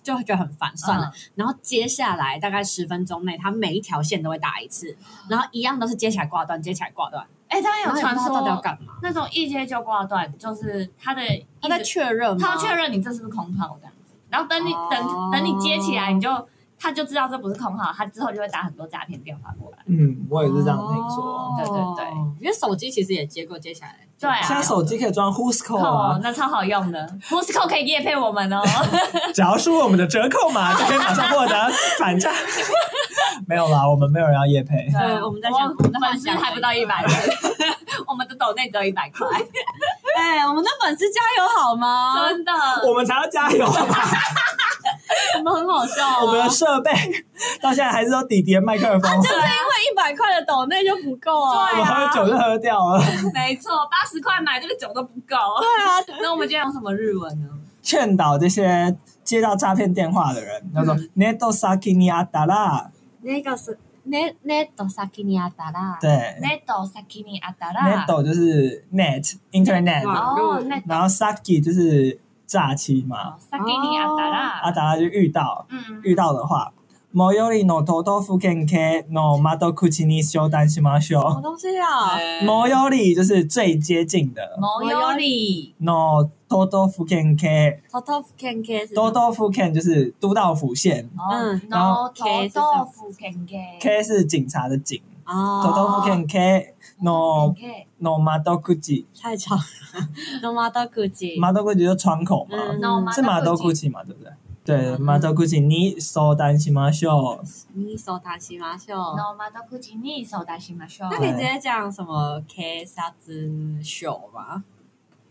就会觉得很烦，算了。然后接下来大概十分钟内，他每一条线都会打一次，然后一样都是接起来挂断，接起来挂断，
哎、他
然
有
后也不
传
知道到底要
说
干嘛。
那种一接就挂断，就是他的
他在
一直
确认吗？
他要确认你这是不是空号这样子，然后等你、
哦
等等你接起来，你就他就知道这不是空号，他之后就会打很多诈骗电话过来。
嗯，我也是这样听说。
哦
对对对，
因为手机其实也接过接起来。
对啊
现在手机可以
哎
装 Who's Call
哦
啊，，
那超好用的，Mosco 可以夜配我们哦。
只要输入我们的折扣
(laughs)
码就可以马上获得返价。没有啦，我们没有人要夜配。
对我们在想
我
我们在
粉丝
想
还不到一百人，我们的抖内只有一百
(laughs)
块，
哎、我们的粉丝加油好吗？
真的。
我们才要加油吧，
(laughs) 我们很好笑、哦，
我们的设备到现在还是都底碟麦克风，
啊就是因 (laughs) 为一百块的抖内就不够啊。
我
对
们喝酒就喝掉了。
没错，八十块买这个酒都不够。
对啊，
(laughs) 那我们今天用什么日文呢？
劝导这些接到诈骗电话的人，叫做 “neto saki ni a d a a
那个是那那都萨基尼亚达啦，
对
Neto sakini adara。
，neto 就是 net internet，
哇
啊哦，Neto
然后 saki 就是诈欺
哦
嘛，
sakini adara。
a d a a 就遇到，
啊嗯，
遇到的话。最寄りの都道府県警の窓口に相談しまし
什
ょ
么
う。
东西啊？
最寄り就是最接近的。
毛有理，
の都道府県警，
偷偷 can k
都道府県就是都道府县
嗯
嗯，
然后
然后 K 是什
豆
么
腐 K K
，K 是警察的警，
啊，
都道府県警の
K
の窓口，
太长 (laughs) 了，诺玛到估计
窓口就是窗口嘛，
嗯
No
是窓口嘛，对不对？对，窓口に相談しましょう。
你手打西马秀，
No Madoguchi 你手打西马秀
那可以直接讲什么 K 啥子秀吗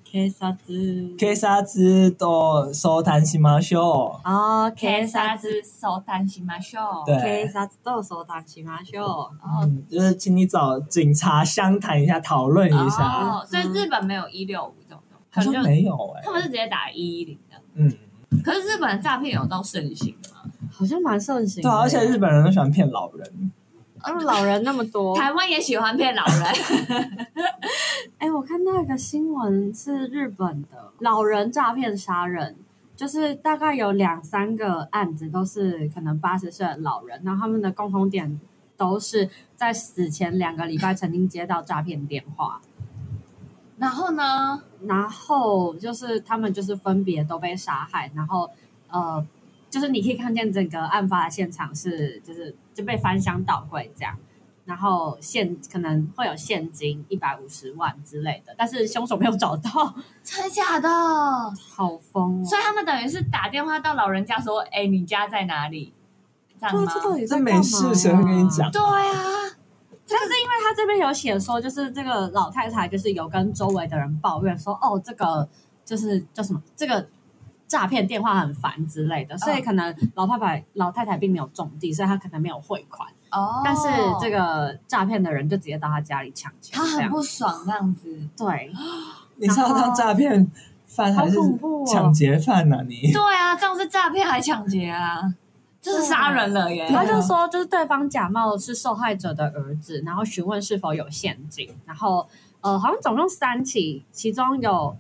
？K 啥子
警察と相談しましょう。
啊
K
K 啥
啥
子
子手打西马秀，
K
对，
啥子都手打西马秀。
哦
嗯，就是请你找警察相谈一下，讨论一下。
哦，所以日本没有一六五这种东西，
他
可
说
能就
没有哎、
他们是直接打一一零这样。
嗯，
可是日本的诈骗有到盛行吗？
好像蛮盛行的。
对啊，而且日本人都喜欢骗老人。
他们老 (laughs) 人那么多。
台湾也喜欢骗老 (laughs) 人，
哎、我看到一个新闻是日本的老人诈骗杀人，就是大概有两三个案子都是可能八十岁的老人，然后他们的共同点都是在死前两个礼拜曾经接到诈骗电话，
(laughs) 然后呢，
然后就是他们就是分别都被杀害，然后呃，就是你可以看见整个案发的现场是就是就被翻箱倒柜这样。然后现可能会有现金一百五十万之类的，但是凶手没有找到，
真假的？
(laughs) 好疯哦！
所以他们等于是打电话到老人家说：“哎，你家在哪里？”这样
对，
吗
这？到底在
这
干嘛啊
没事，谁会跟你讲？？
对啊，
因为他这边有写说，就是这个老太太就是有跟周围的人抱怨说，哦，这个就是叫什么，这个诈骗电话很烦之类的，所以可能老太太老太太并没有中地，所以她可能没有汇款，
哦，
但是这个诈骗的人就直接到她家里抢钱，
他
这
很
样
不爽这样子。
对，
你是要当诈骗犯还
好
是
恐怖
抢
哦。
劫犯呢、你
对啊，这样是诈骗还抢劫啊，这是杀人了耶！
他就说，就是对方假冒是受害者的儿子，然后询问是否有现金，然后呃，好像总共三起，其中有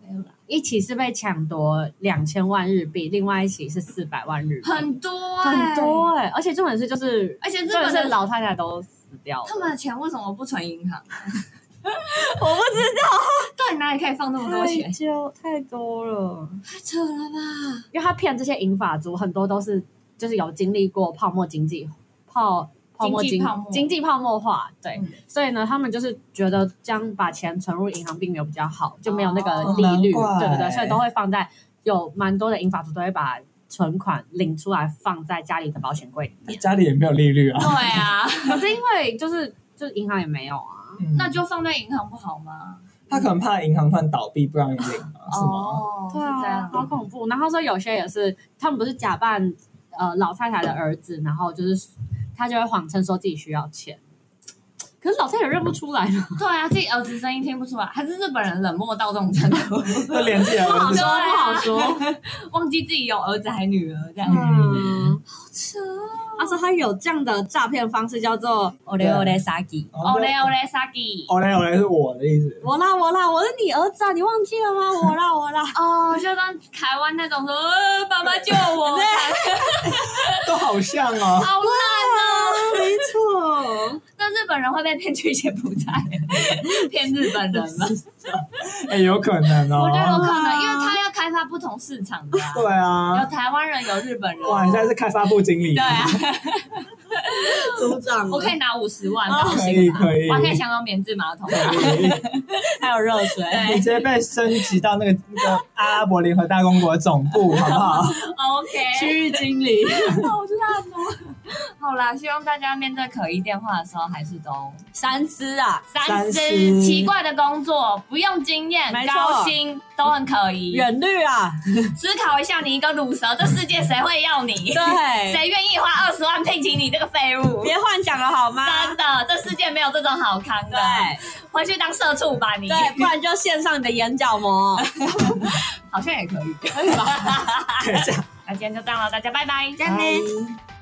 没有啦
一起是被抢夺两千万日币，另外一起是四百万日币，
很多、欸、
很多，哎、而且重点是就是，
而且日
重点
本
是
的
老太太都死掉了，
他们的钱为什么不存银行？
我不知
到底哪里可以放那么多钱？
久太多了，
太扯了吧！
因为他骗这些银发族，很多都是就是有经历过泡沫经济泡泡沫
经济
经
泡沫
经济泡沫化，对，
嗯
所以呢，他们就是觉得将把钱存入银行并没有比较好，就没有那个利率，
哦难怪
对不对？所以都会放在有蛮多的银发族都会把存款领出来放在家里的保险柜里面，
家里也没有利率啊。
(laughs) 对啊，
可是因为就是就是银行也没有啊。
嗯
那就放在银行不好吗？
他可能怕银行突然倒闭不让你领啊，是吗？
哦，是
对
这
啊
样，
好恐怖。然后说有些也是，他们不是假扮呃老太太的儿子，然后就是他就会谎称说自己需要钱，可是老太太认不出来呢。
对啊，自己儿子声音听不出来，还是日本人冷漠到这种程 (laughs) 度，
(laughs) 那连自己的儿
不
(laughs)
子
好
对啊
说不好
忘记自己有儿子还女儿这样。
嗯，
扯
他说他有这样的诈骗方式，叫做啊 ole ole sagi。
哦嘞哦嘞，Sagi，
哦嘞哦嘞是我的意
(laughs)
思。
我啦我啦，我是你儿子啊，你忘记了吗？我啦我
(laughs)
啦，
哦，就当台湾那种说，呃爸爸救
(laughs)
我，
都好像
(laughs)
哦。
好烂哦。
没错，
(laughs) 那日本人会被骗去柬埔寨， (laughs) 骗日本人吗？
哎、有可能
我觉得有
哦。
可能，因为他要开发不同市场的、啊，
(laughs) 对
有
啊，
台湾人，有日本人。
哇，你现在是开发部经理？
对
(laughs)
啊，
(laughs) 组长
我可以拿五十万
哦
高
可
兴
以
吗？
可以
我还可以享有免治马桶。
(laughs)
(laughs)
还有热水，
你直接被升级到那个那个阿拉伯联合大公国总部，好
(laughs)
不好？
哦 OK，
(laughs) 区域经理，
好烂哦。好啦，希望大家面对可疑电话的时候，还是都
三思啊，
三思
三。思
奇怪的工作，不用经验
没，错
高薪都很可疑。
远虑啊，
思考一下，你一个乳蛇，这世界谁会要你？
(laughs) 对，
谁愿意花二十万聘请你这个废物？
别幻想了好吗？
真的，这世界没有这种好康的。
啊对。
回去当社畜吧你。
对，不然就献上你的眼角膜。
好像也可以。
可以这样
那今天就这样了，大家拜拜，再
拜
嗨